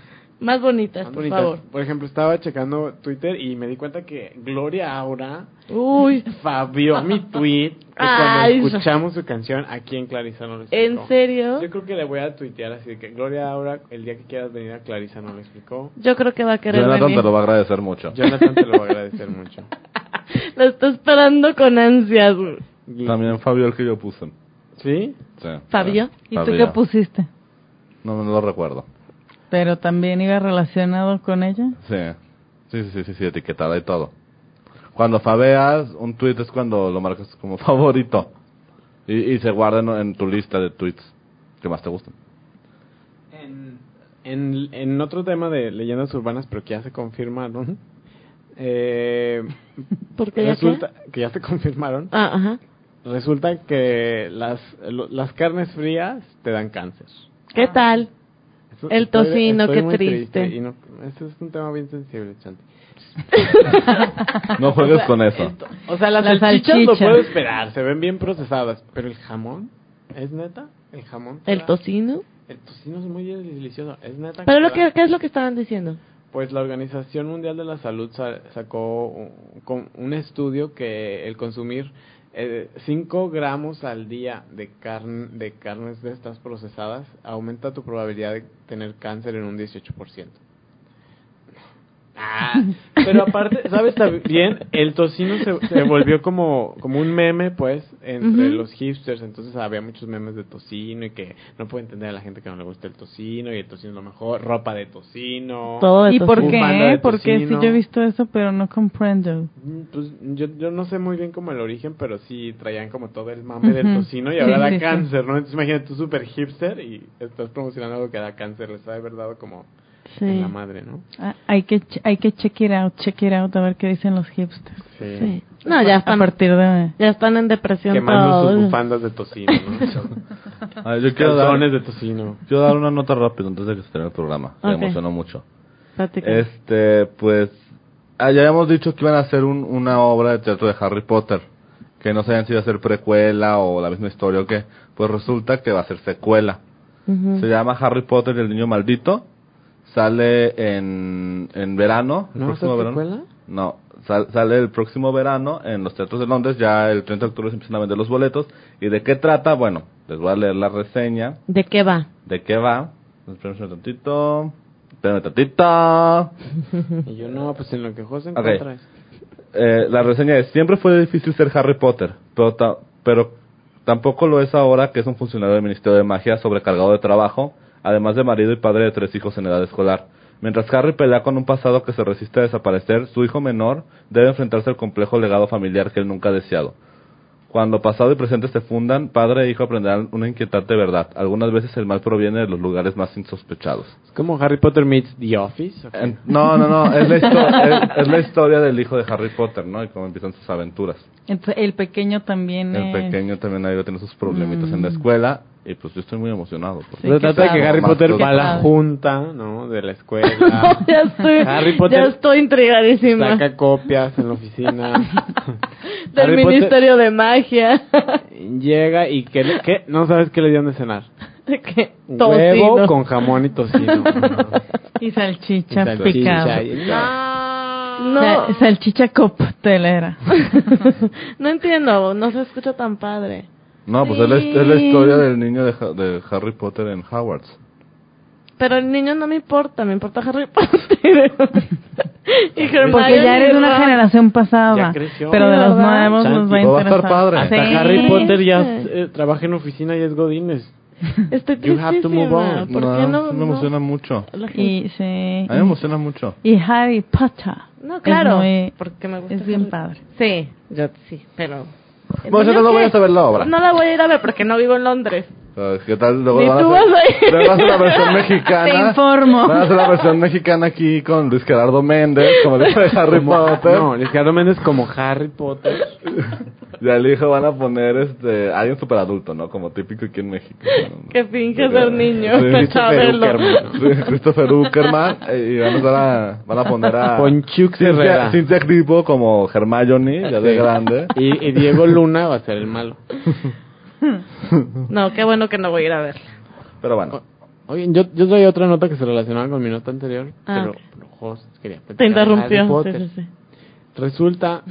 E: Más bonitas,
C: Más
E: por
C: bonitas.
E: favor.
C: Por ejemplo, estaba checando Twitter y me di cuenta que Gloria Aura
E: Uy,
C: fabió
E: [laughs]
C: mi tweet que
E: Ay,
C: cuando escuchamos su canción aquí en Clarisa no lo explicó.
E: ¿en serio?
C: Yo creo que le voy a tuitear así de que Gloria Aura, el día que quieras venir a Clarisa no lo explicó.
E: Yo creo que va a querer
D: Jonathan
E: venir.
D: te lo va a agradecer mucho.
C: Jonathan te lo va a agradecer mucho.
E: Lo está esperando con ansias. güey.
D: También Fabio el que yo puse.
C: ¿Sí?
D: Sí.
E: ¿Fabio?
F: ¿Y tú
D: Fabio.
F: qué pusiste?
D: No, no lo recuerdo.
F: ¿Pero también iba relacionado con ella?
D: Sí. Sí, sí, sí, sí, sí, etiquetada y todo. Cuando faveas, un tweet es cuando lo marcas como [laughs] favorito. Y, y se guarda en, en tu lista de tweets que más te gustan.
C: En, en, en otro tema de leyendas urbanas, pero que ya se confirmaron. Eh,
E: Porque ya
C: resulta que ya se confirmaron.
E: Ah, ajá.
C: Resulta que las, lo- las carnes frías te dan cáncer.
E: ¿Qué tal?
C: Eso-
E: El tocino, qué
C: muy
E: triste.
C: y no- ese es un tema bien sensible, Chanti.
D: No juegues
C: [laughs]
D: con eso.
C: O sea, las,
F: Las
C: salchichas lo
F: salchichas.
C: puedo esperar, se ven bien procesadas, pero el jamón, ¿es neta? El jamón. te
E: ¿El
C: da-
E: tocino?
C: El tocino es muy delicioso, ¿es neta?
E: ¿Pero lo
C: te da-
E: que, qué es lo que estaban diciendo?
C: Pues la Organización Mundial de la Salud sa- sacó un, con- un estudio que el consumir 5 gramos al día de, carne, de carnes de estas procesadas aumenta tu probabilidad de tener cáncer en un 18%. Ah, pero aparte, ¿sabes también? El tocino se, se volvió como, como un meme, pues, entre
E: Ujú.
C: los hipsters. Entonces había muchos memes de tocino y que no puedo entender a la gente que no le gusta el tocino y el tocino es lo mejor, ropa de tocino.
E: Todo de
F: ¿Y por
E: tocino.
C: Bufanda de
F: qué? Porque sí
C: tocino.
F: yo he visto eso, pero no comprendo.
C: Mm, Pues yo, yo no sé muy bien como el origen, pero sí traían como todo el mame del
F: Ujú.
C: tocino y
F: Sí,
C: ahora da
F: sí, sí.
C: cáncer, ¿no? Entonces imagínate tú súper hipster y estás promocionando algo que da cáncer, les ha de haber dado como en
E: Sí.
C: la madre, ¿no?
F: Ah, Hay que, che- hay que check it out, check it out, a ver qué dicen los hipsters.
E: sí. No, ya
F: A
E: están,
F: partir de...
E: ya están en depresión
C: Quemando sus
E: todos.
C: bufandas de tocino,
F: [laughs]
C: ¿no?
D: A ver, yo quiero dar,
C: Calzones de tocino.
D: quiero dar una nota rápido antes de que se termine el programa. Me
E: Ok.
D: emocionó mucho.
E: Platica.
D: Este, pues, ah, ya habíamos dicho que iban a hacer un- una obra de teatro de Harry Potter, que no sabían si iba a ser precuela o la misma historia o qué. Pues resulta que va a ser secuela.
E: Ujú.
C: Mm.
D: Se llama Harry Potter y el niño maldito. Sale en, en verano. el
C: ¿No va a ser
D: próximo verano.
C: secuela?
D: No, sal- sale el próximo verano en los teatros de Londres. Ya el 30 de octubre se empiezan a vender los boletos. ¿Y de qué trata? Bueno, les voy a leer la reseña.
E: ¿De qué va?
D: ¿De qué va? Espérenme un tantito. Espérenme tantito.
C: Y yo no, pues en lo que José
D: Ok.
C: encuentra es-
D: Eh, la reseña es, siempre fue difícil ser Harry Potter, pero, ta- pero tampoco lo es ahora que es un funcionario del Ministerio de Magia sobrecargado de trabajo, además de marido y padre de tres hijos en edad escolar. Mientras Harry pelea con un pasado que se resiste a desaparecer, su hijo menor debe enfrentarse al complejo legado familiar que él nunca ha deseado. Cuando pasado y presente se fundan, padre e hijo aprenderán una inquietante verdad. Algunas veces el mal proviene de los lugares más insospechados.
C: Es como Harry Potter meets The Office. ¿ok?
D: En- No, no, no, es la, histo- es- es la historia del hijo de Harry Potter, ¿no? Y cómo empiezan sus aventuras.
F: Entonces, el pequeño también
D: El
F: es-
D: pequeño también ha ido a tener sus problemitas
E: Mm.
D: en la escuela y pues yo estoy muy emocionado. pues.
F: Sí, qué
C: se trata de que
F: padre.
C: Harry
D: Más
C: Potter
D: todo.
C: va a la
F: padre.
C: junta, ¿no? De la escuela.
F: [laughs]
E: No, [laughs] ya estoy,
C: Harry Potter
E: ya estoy intrigadísima.
C: saca copias en
F: [laughs]
C: la oficina.
E: Del
C: Harry Potter-
E: Ministerio de Magia. [laughs]
C: Llega y que, le- que- no sabes qué le dieron de cenar.
E: que
C: Huevo
E: tocino.
C: con jamón y
E: [laughs]
C: tocino.
F: Y salchicha,
C: Salchicha
F: picada.
C: y-
E: Ah, No, [laughs]
F: Sa- salchicha coctelera.
E: no entiendo, no se escucha tan padre.
D: No, pues es, la, es la historia del niño de, Ha- de Harry Potter en Howard's.
E: Pero el niño no me importa, me importa Harry [laughs] Potter. y Hermione
F: Porque ya eres de una
E: Ron.
F: generación
C: Ya
F: pasada.
C: creció.
F: Pero de
E: Sí,
F: los
E: ¿verdad?
F: nuevos nos va a
D: Santi, todo va a
F: interesar.
D: estar padre.
C: Hasta
F: Sí.
C: Harry Potter ya eh, trabaja en oficina y es Godines.
E: Estoy
C: You have to move
E: tristísima.
C: on.
E: ¿Por
D: no,
E: qué no?
D: sí me
E: no?
D: emociona mucho.
E: La gente-
F: Y, sí.
D: A mí me emociona mucho.
F: y Harry Potter.
E: No,
F: Es,
E: claro.
F: muy-
E: porque me gusta
F: es bien
E: Harry-
F: padre.
E: Sí, yo sí, pero.
D: Bueno, yo no
E: ¿yo
D: voy
E: qué?
D: a saber la obra.
E: No la voy a ir a ver porque no vivo en Londres.
D: Pero, ¿Qué tal? Luego
E: Ni
D: van a
E: tú
D: hacer-
E: vas a ir.
D: luego van a hacer la
E: [laughs]
D: versión mexicana.
F: Te informo.
D: Van a hacer la versión mexicana aquí con Luis Gerardo Méndez, como el hijo de Harry
C: Como- ah,
D: Potter.
C: No, Ricardo Méndez como Harry Potter.
D: Y al hijo van a poner este, alguien super adulto, ¿no? Como típico aquí en
E: [laughs]
D: México. ¿no?
E: Que finge ser
F: [laughs]
E: niño. [laughs]
D: Sí,
E: para saberlo.
C: Uckerman.
D: Sí, Christopher Uckerman eh, y van a, estar a- van a poner a
C: Ponchuk
D: Cintia,
C: Herrera.
D: Cintia Clipo como Hermione, ya de
C: Sí.
D: grande.
C: Y, y Diego Luna va a ser el malo.
E: No, qué bueno que no voy a ir a verla.
D: Pero
C: Oh.
D: bueno,
C: Oye, yo, yo traía otra nota que se relacionaba con mi nota anterior,
E: Ah,
C: pero,
E: ok.
C: pero Jos quería platicar
E: Te
C: de
E: interrumpió.
C: Harry Potter.
E: sí, sí, sí.
C: Resulta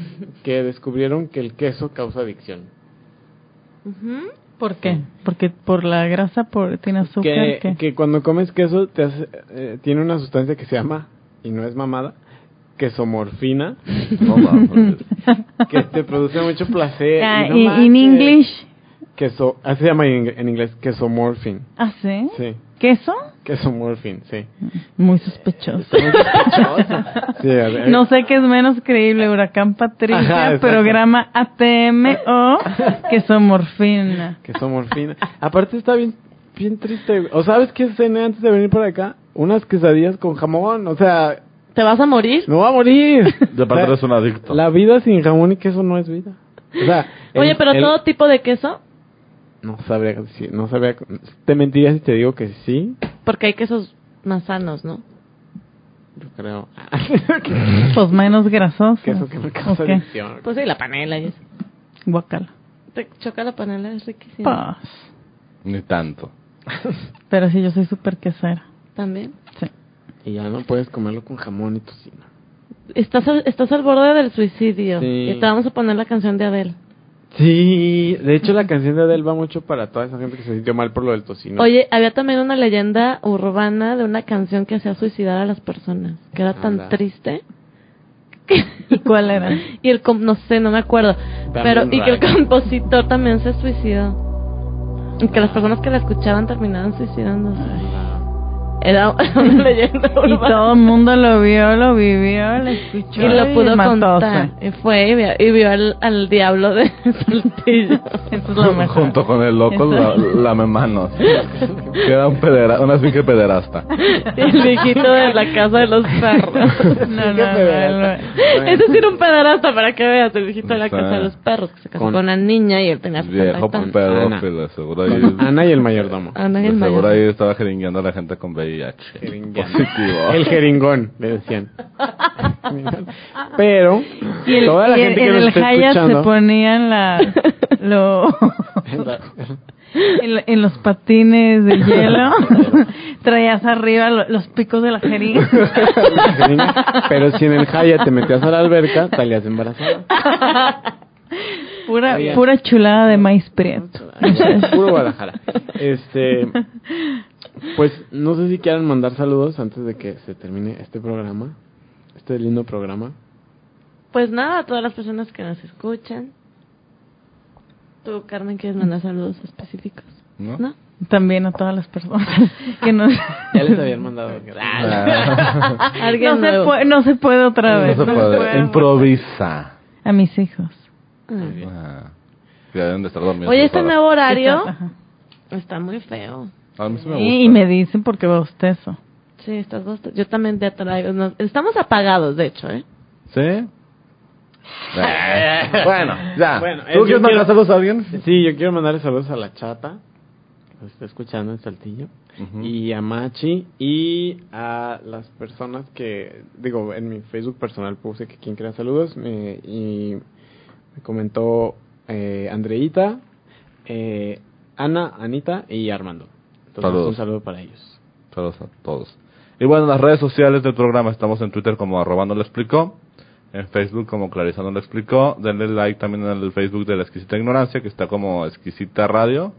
C: que descubrieron que el queso causa adicción.
E: Ujú.
F: ¿Por qué? Porque por la grasa por, tiene azúcar.
C: que,
F: ¿qué?
C: que cuando comes queso te hace- eh, tiene una sustancia que se llama, y no es mamada, quesomorfina, [laughs]
D: no mames.
C: que te produce
F: [laughs]
C: mucho placer.
F: Ah,
C: y no
F: y-
C: manches.
F: in English.
C: Queso, así se llama en, ing- en inglés, quesomorphine.
F: Ah, sí.
C: Sí.
F: ¿Queso?
C: Queso morfin, sí.
F: Muy sospechoso.
C: Está muy sospechoso. Sí, a ver.
F: No sé qué es menos creíble, Huracán Patricia,
C: Eh, Ajá, exacto.
F: programa ATM o queso morfina.
C: Queso morfina. Aparte está bien, bien triste. güey. ¿O sabes qué cené antes de venir para acá? Unas quesadillas con jamón. O sea,
E: ¿Te vas a morir?
C: no va a morir.
D: [laughs] De
C: O sea,
D: aparte eres un adicto.
C: La vida sin jamón y queso no es vida. O sea, el-
E: Oye, pero
C: el-
E: todo tipo de queso,
C: No sabría, decir- no sabría. Te mentiría si te digo que sí,
E: porque hay quesos más sanos, ¿no?
C: yo creo. [laughs]
F: Pues menos grasoso.
C: queso que me causa
F: Ok,
C: adicción.
E: Pues sí, la panela y eso.
F: guácala.
E: Te choca la panela, es riquísima.
F: Pues,
D: Ni tanto.
F: pero sí, yo soy súper quesera.
E: También.
F: Sí.
C: Y ya no puedes comerlo con jamón y tocino.
E: Estás al, estás al borde del suicidio.
C: Sí.
E: Y te vamos a poner la canción de Adele.
C: Sí, de hecho la canción de Adele va mucho para toda esa gente que se sintió mal por lo del tocino.
E: Oye, había también una leyenda urbana de una canción que hacía suicidar a las personas, que era tan
C: Anda.
E: triste. [laughs]
F: ¿Y cuál era?
E: Y el, com- no sé, no me acuerdo. pero Y que el
C: raro.
E: compositor también se suicidó. Y que las personas que la escuchaban terminaban suicidándose.
C: Ah,
E: Era [laughs]
F: [laughs]
E: una leyenda
F: Y
E: urbana.
F: todo el mundo lo vio, lo vivió, lo escuchó.
E: Y lo pudo
F: matóse.
E: [laughs] contar. Y fue y vio, y vio al, al diablo de [laughs] Saltillo.
F: Eso es lo mejor.
D: Junto con el loco, la, lamemanos. Queda un pedera, una finca pederasta.
E: [laughs]
C: [laughs]
E: Y el viejito de la casa de los perros.
F: [laughs]
C: [laughs]
F: No, no, no, no.
E: Ese sí era un pederasta, para que veas, el viejito de la
D: Sí.
E: casa de los perros, que se casó
C: Con-
E: con, una niña y él tenía
D: Viejo pues,
E: contacto.
D: pedófilo, seguro ahí.
C: con Ana y el mayordomo.
E: Ana y el mayor.
D: Seguro ahí estaba jeringueando a la gente con VIH.
C: Jeringueando.
D: Positivo.
C: El jeringón, le decían. Pero,
F: Y el,
C: toda la
F: y
C: gente
F: en
C: que nos
F: el
C: está
F: Hyatt
C: escuchando.
F: se
C: [laughs]
F: ponían la, lo, en, la- en los patines de
D: [laughs]
F: hielo. Traías arriba lo- los picos de la jeringa.
C: Pero si en el Hyatt te metías a la alberca, salías embarazada.
F: Pura,
C: Oigan.
F: pura chulada de maíz prieto.
C: [laughs] Puro Guadalajara. Este, pues no sé si quieran mandar saludos antes de que se termine este programa. Este lindo programa.
E: [laughs] Pues nada, a todas las personas que nos escuchan. Tú, Carmen, quieres mandar saludos específicos.
D: ¿No? [laughs]
E: ¿No?
F: [laughs] También a todas las personas que nos...
C: Ya les habían [laughs] mandado.
D: Ah,
E: Alguien
F: No se,
E: nuevo.
F: puede, no se puede otra
D: no
F: vez.
D: se puede. Improvisa.
F: A mis hijos.
E: Ah.
D: Ah, Ya deben de estar dormidos.
E: Oye, este
D: ahora.
E: nuevo horario
F: Ajá.
E: está muy feo.
D: A mí sí me gusta.
F: Y, y me dicen porque bostezo.
E: Sí, estás bost- Yo también te atraigo. no- estamos apagados, de hecho, ¿eh?
D: ¿Sí? Eh, bueno, ya.
C: Bueno, eh,
D: ¿Tú
C: yo
D: quieres mandar
C: quiero-
D: saludos a alguien?
C: Sí, yo quiero mandarle saludos a la chata. que Nos está escuchando en Saltillo.
D: Ujú.
C: Y a Machi. Y a las personas que. Digo, en mi Facebook personal puse que quien quiera saludos. eh, y me comentó eh, Andreita, eh, Ana, Anita y Armando. Entonces,
D: Saludos.
C: un saludo para ellos.
D: Saludos a todos. Y bueno, en las redes sociales del programa estamos en Twitter como arroba no lo explicó, en Facebook como Clarisa no lo explicó, denle like también en el Facebook de la Exquisita Ignorancia, que está como Exquisita Radio.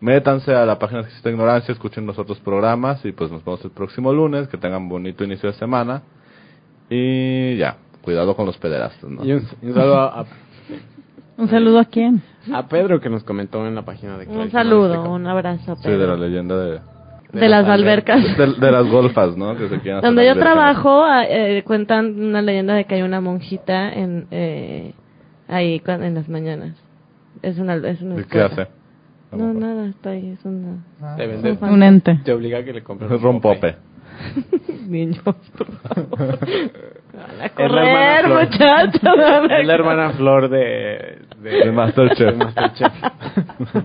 D: Métanse a la página Exquisita Ignorancia, escuchen los otros programas y pues nos vemos el próximo lunes, que tengan bonito inicio de semana. Y ya, cuidado con los pederastas, ¿no?
C: Y un, y un saludo a,
D: [laughs]
F: ¿Un saludo a quién?
C: a Pedro que nos comentó en la página de
E: Un
C: Clarísimo
E: saludo,
C: México.
E: un abrazo.
D: Sí, de
E: Pedro. [laughs]
D: la leyenda de...
E: De las albercas.
D: De, de las golfas, ¿no? Que se quieren hacer
E: Donde yo
D: albercas.
E: trabajo, ah, eh, cuentan una leyenda de que hay una monjita en eh, ahí cuan- en las mañanas. Es una, es una
D: ¿Y ¿Qué
E: escuela.
D: hace?
E: No, nada, está ahí,
C: [laughs]
E: es una...
C: Te vende-
E: Ujú.
F: Un ente.
C: te obliga a que le
D: [laughs]
C: compres un
E: [laughs]
D: Rompope.
E: Niños, por favor. Van a
C: hermana
E: correr,
C: Flor. [laughs]
E: muchachos. van a
C: Es la hermana Flor de, de,
D: De Masterchef.
C: de Masterchef.
D: [laughs]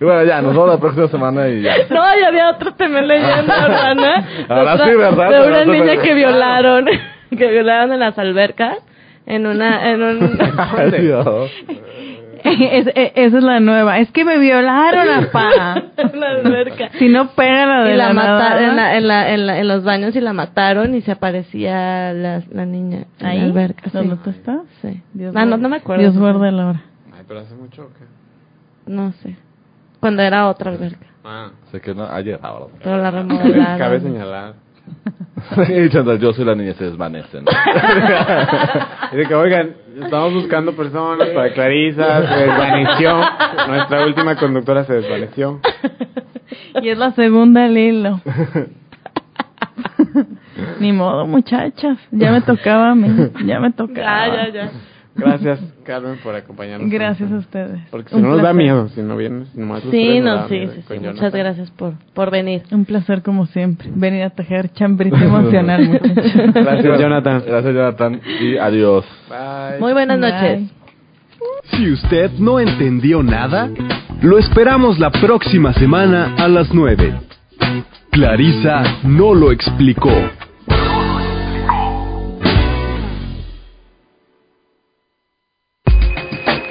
D: Y bueno, ya, nos vemos la próxima semana y ya. [laughs]
E: No, ya había otra también leyenda urbana.
D: Ahora
E: Otra-
D: sí, ¿verdad?
E: De
D: Ahora
E: una
D: sí,
E: niña
D: ¿verdad?
E: que violaron, [laughs] que violaron en las albercas, en una, en un... [laughs]
D: Ay, Dios.
F: [laughs] Es- e- esa es la nueva. Es que me violaron,
D: [laughs]
F: apá.
E: en la alberca.
F: Si no pega la de
E: Y
F: la,
E: la mataron en,
F: nada.
E: la- en, la- en la- en los baños y la mataron y se aparecía la, la niña en la
F: Ahí,
E: alberca.
F: ¿dónde
E: sí.
F: tú estás?
E: Sí.
F: Dios
E: Ah, no,
F: guarde-
E: no me acuerdo.
F: Dios guarde la hora.
C: Ay, pero hace mucho o qué?
E: No sé. Cuando era otra alberca.
C: Ah.
D: Sé que no, ayer. Ah,
E: Pero
C: [laughs]
E: la remodelaron.
C: Cabe señalar.
D: perdón. [laughs] Y Chandler, yo soy la niña, se [laughs] desvanecen.
C: Y de que, oigan, estamos buscando personas para Clarisa, se desvaneció. Nuestra última conductora se desvaneció.
F: Y es la segunda al hilo. [laughs] Ni modo, muchachas. Ya me tocaba a mí. Ah, Ya me tocaba.
E: Ya, ya, ya.
C: [laughs] Gracias, Carmen, por acompañarnos.
F: Gracias a ustedes.
C: Porque si
F: Un
C: no nos da
F: placer.
C: miedo, si no vienes, nomás los
E: Sí,
C: tres nos da
E: no, sí,
C: miedo
E: sí,
C: con
E: sí.
C: Jonathan.
E: Muchas gracias por, por venir.
F: Un placer como siempre. Venir a tejer chambrita emocional,
C: [laughs]
F: muchachos.
C: Gracias, Jonathan.
I: Gracias, Jonathan. Y adiós.
C: Bye.
E: Muy buenas
F: Bye.
E: noches.
D: Si usted no entendió nada, lo esperamos la próxima semana a las 9. Clarisa no lo explicó.
A: Like,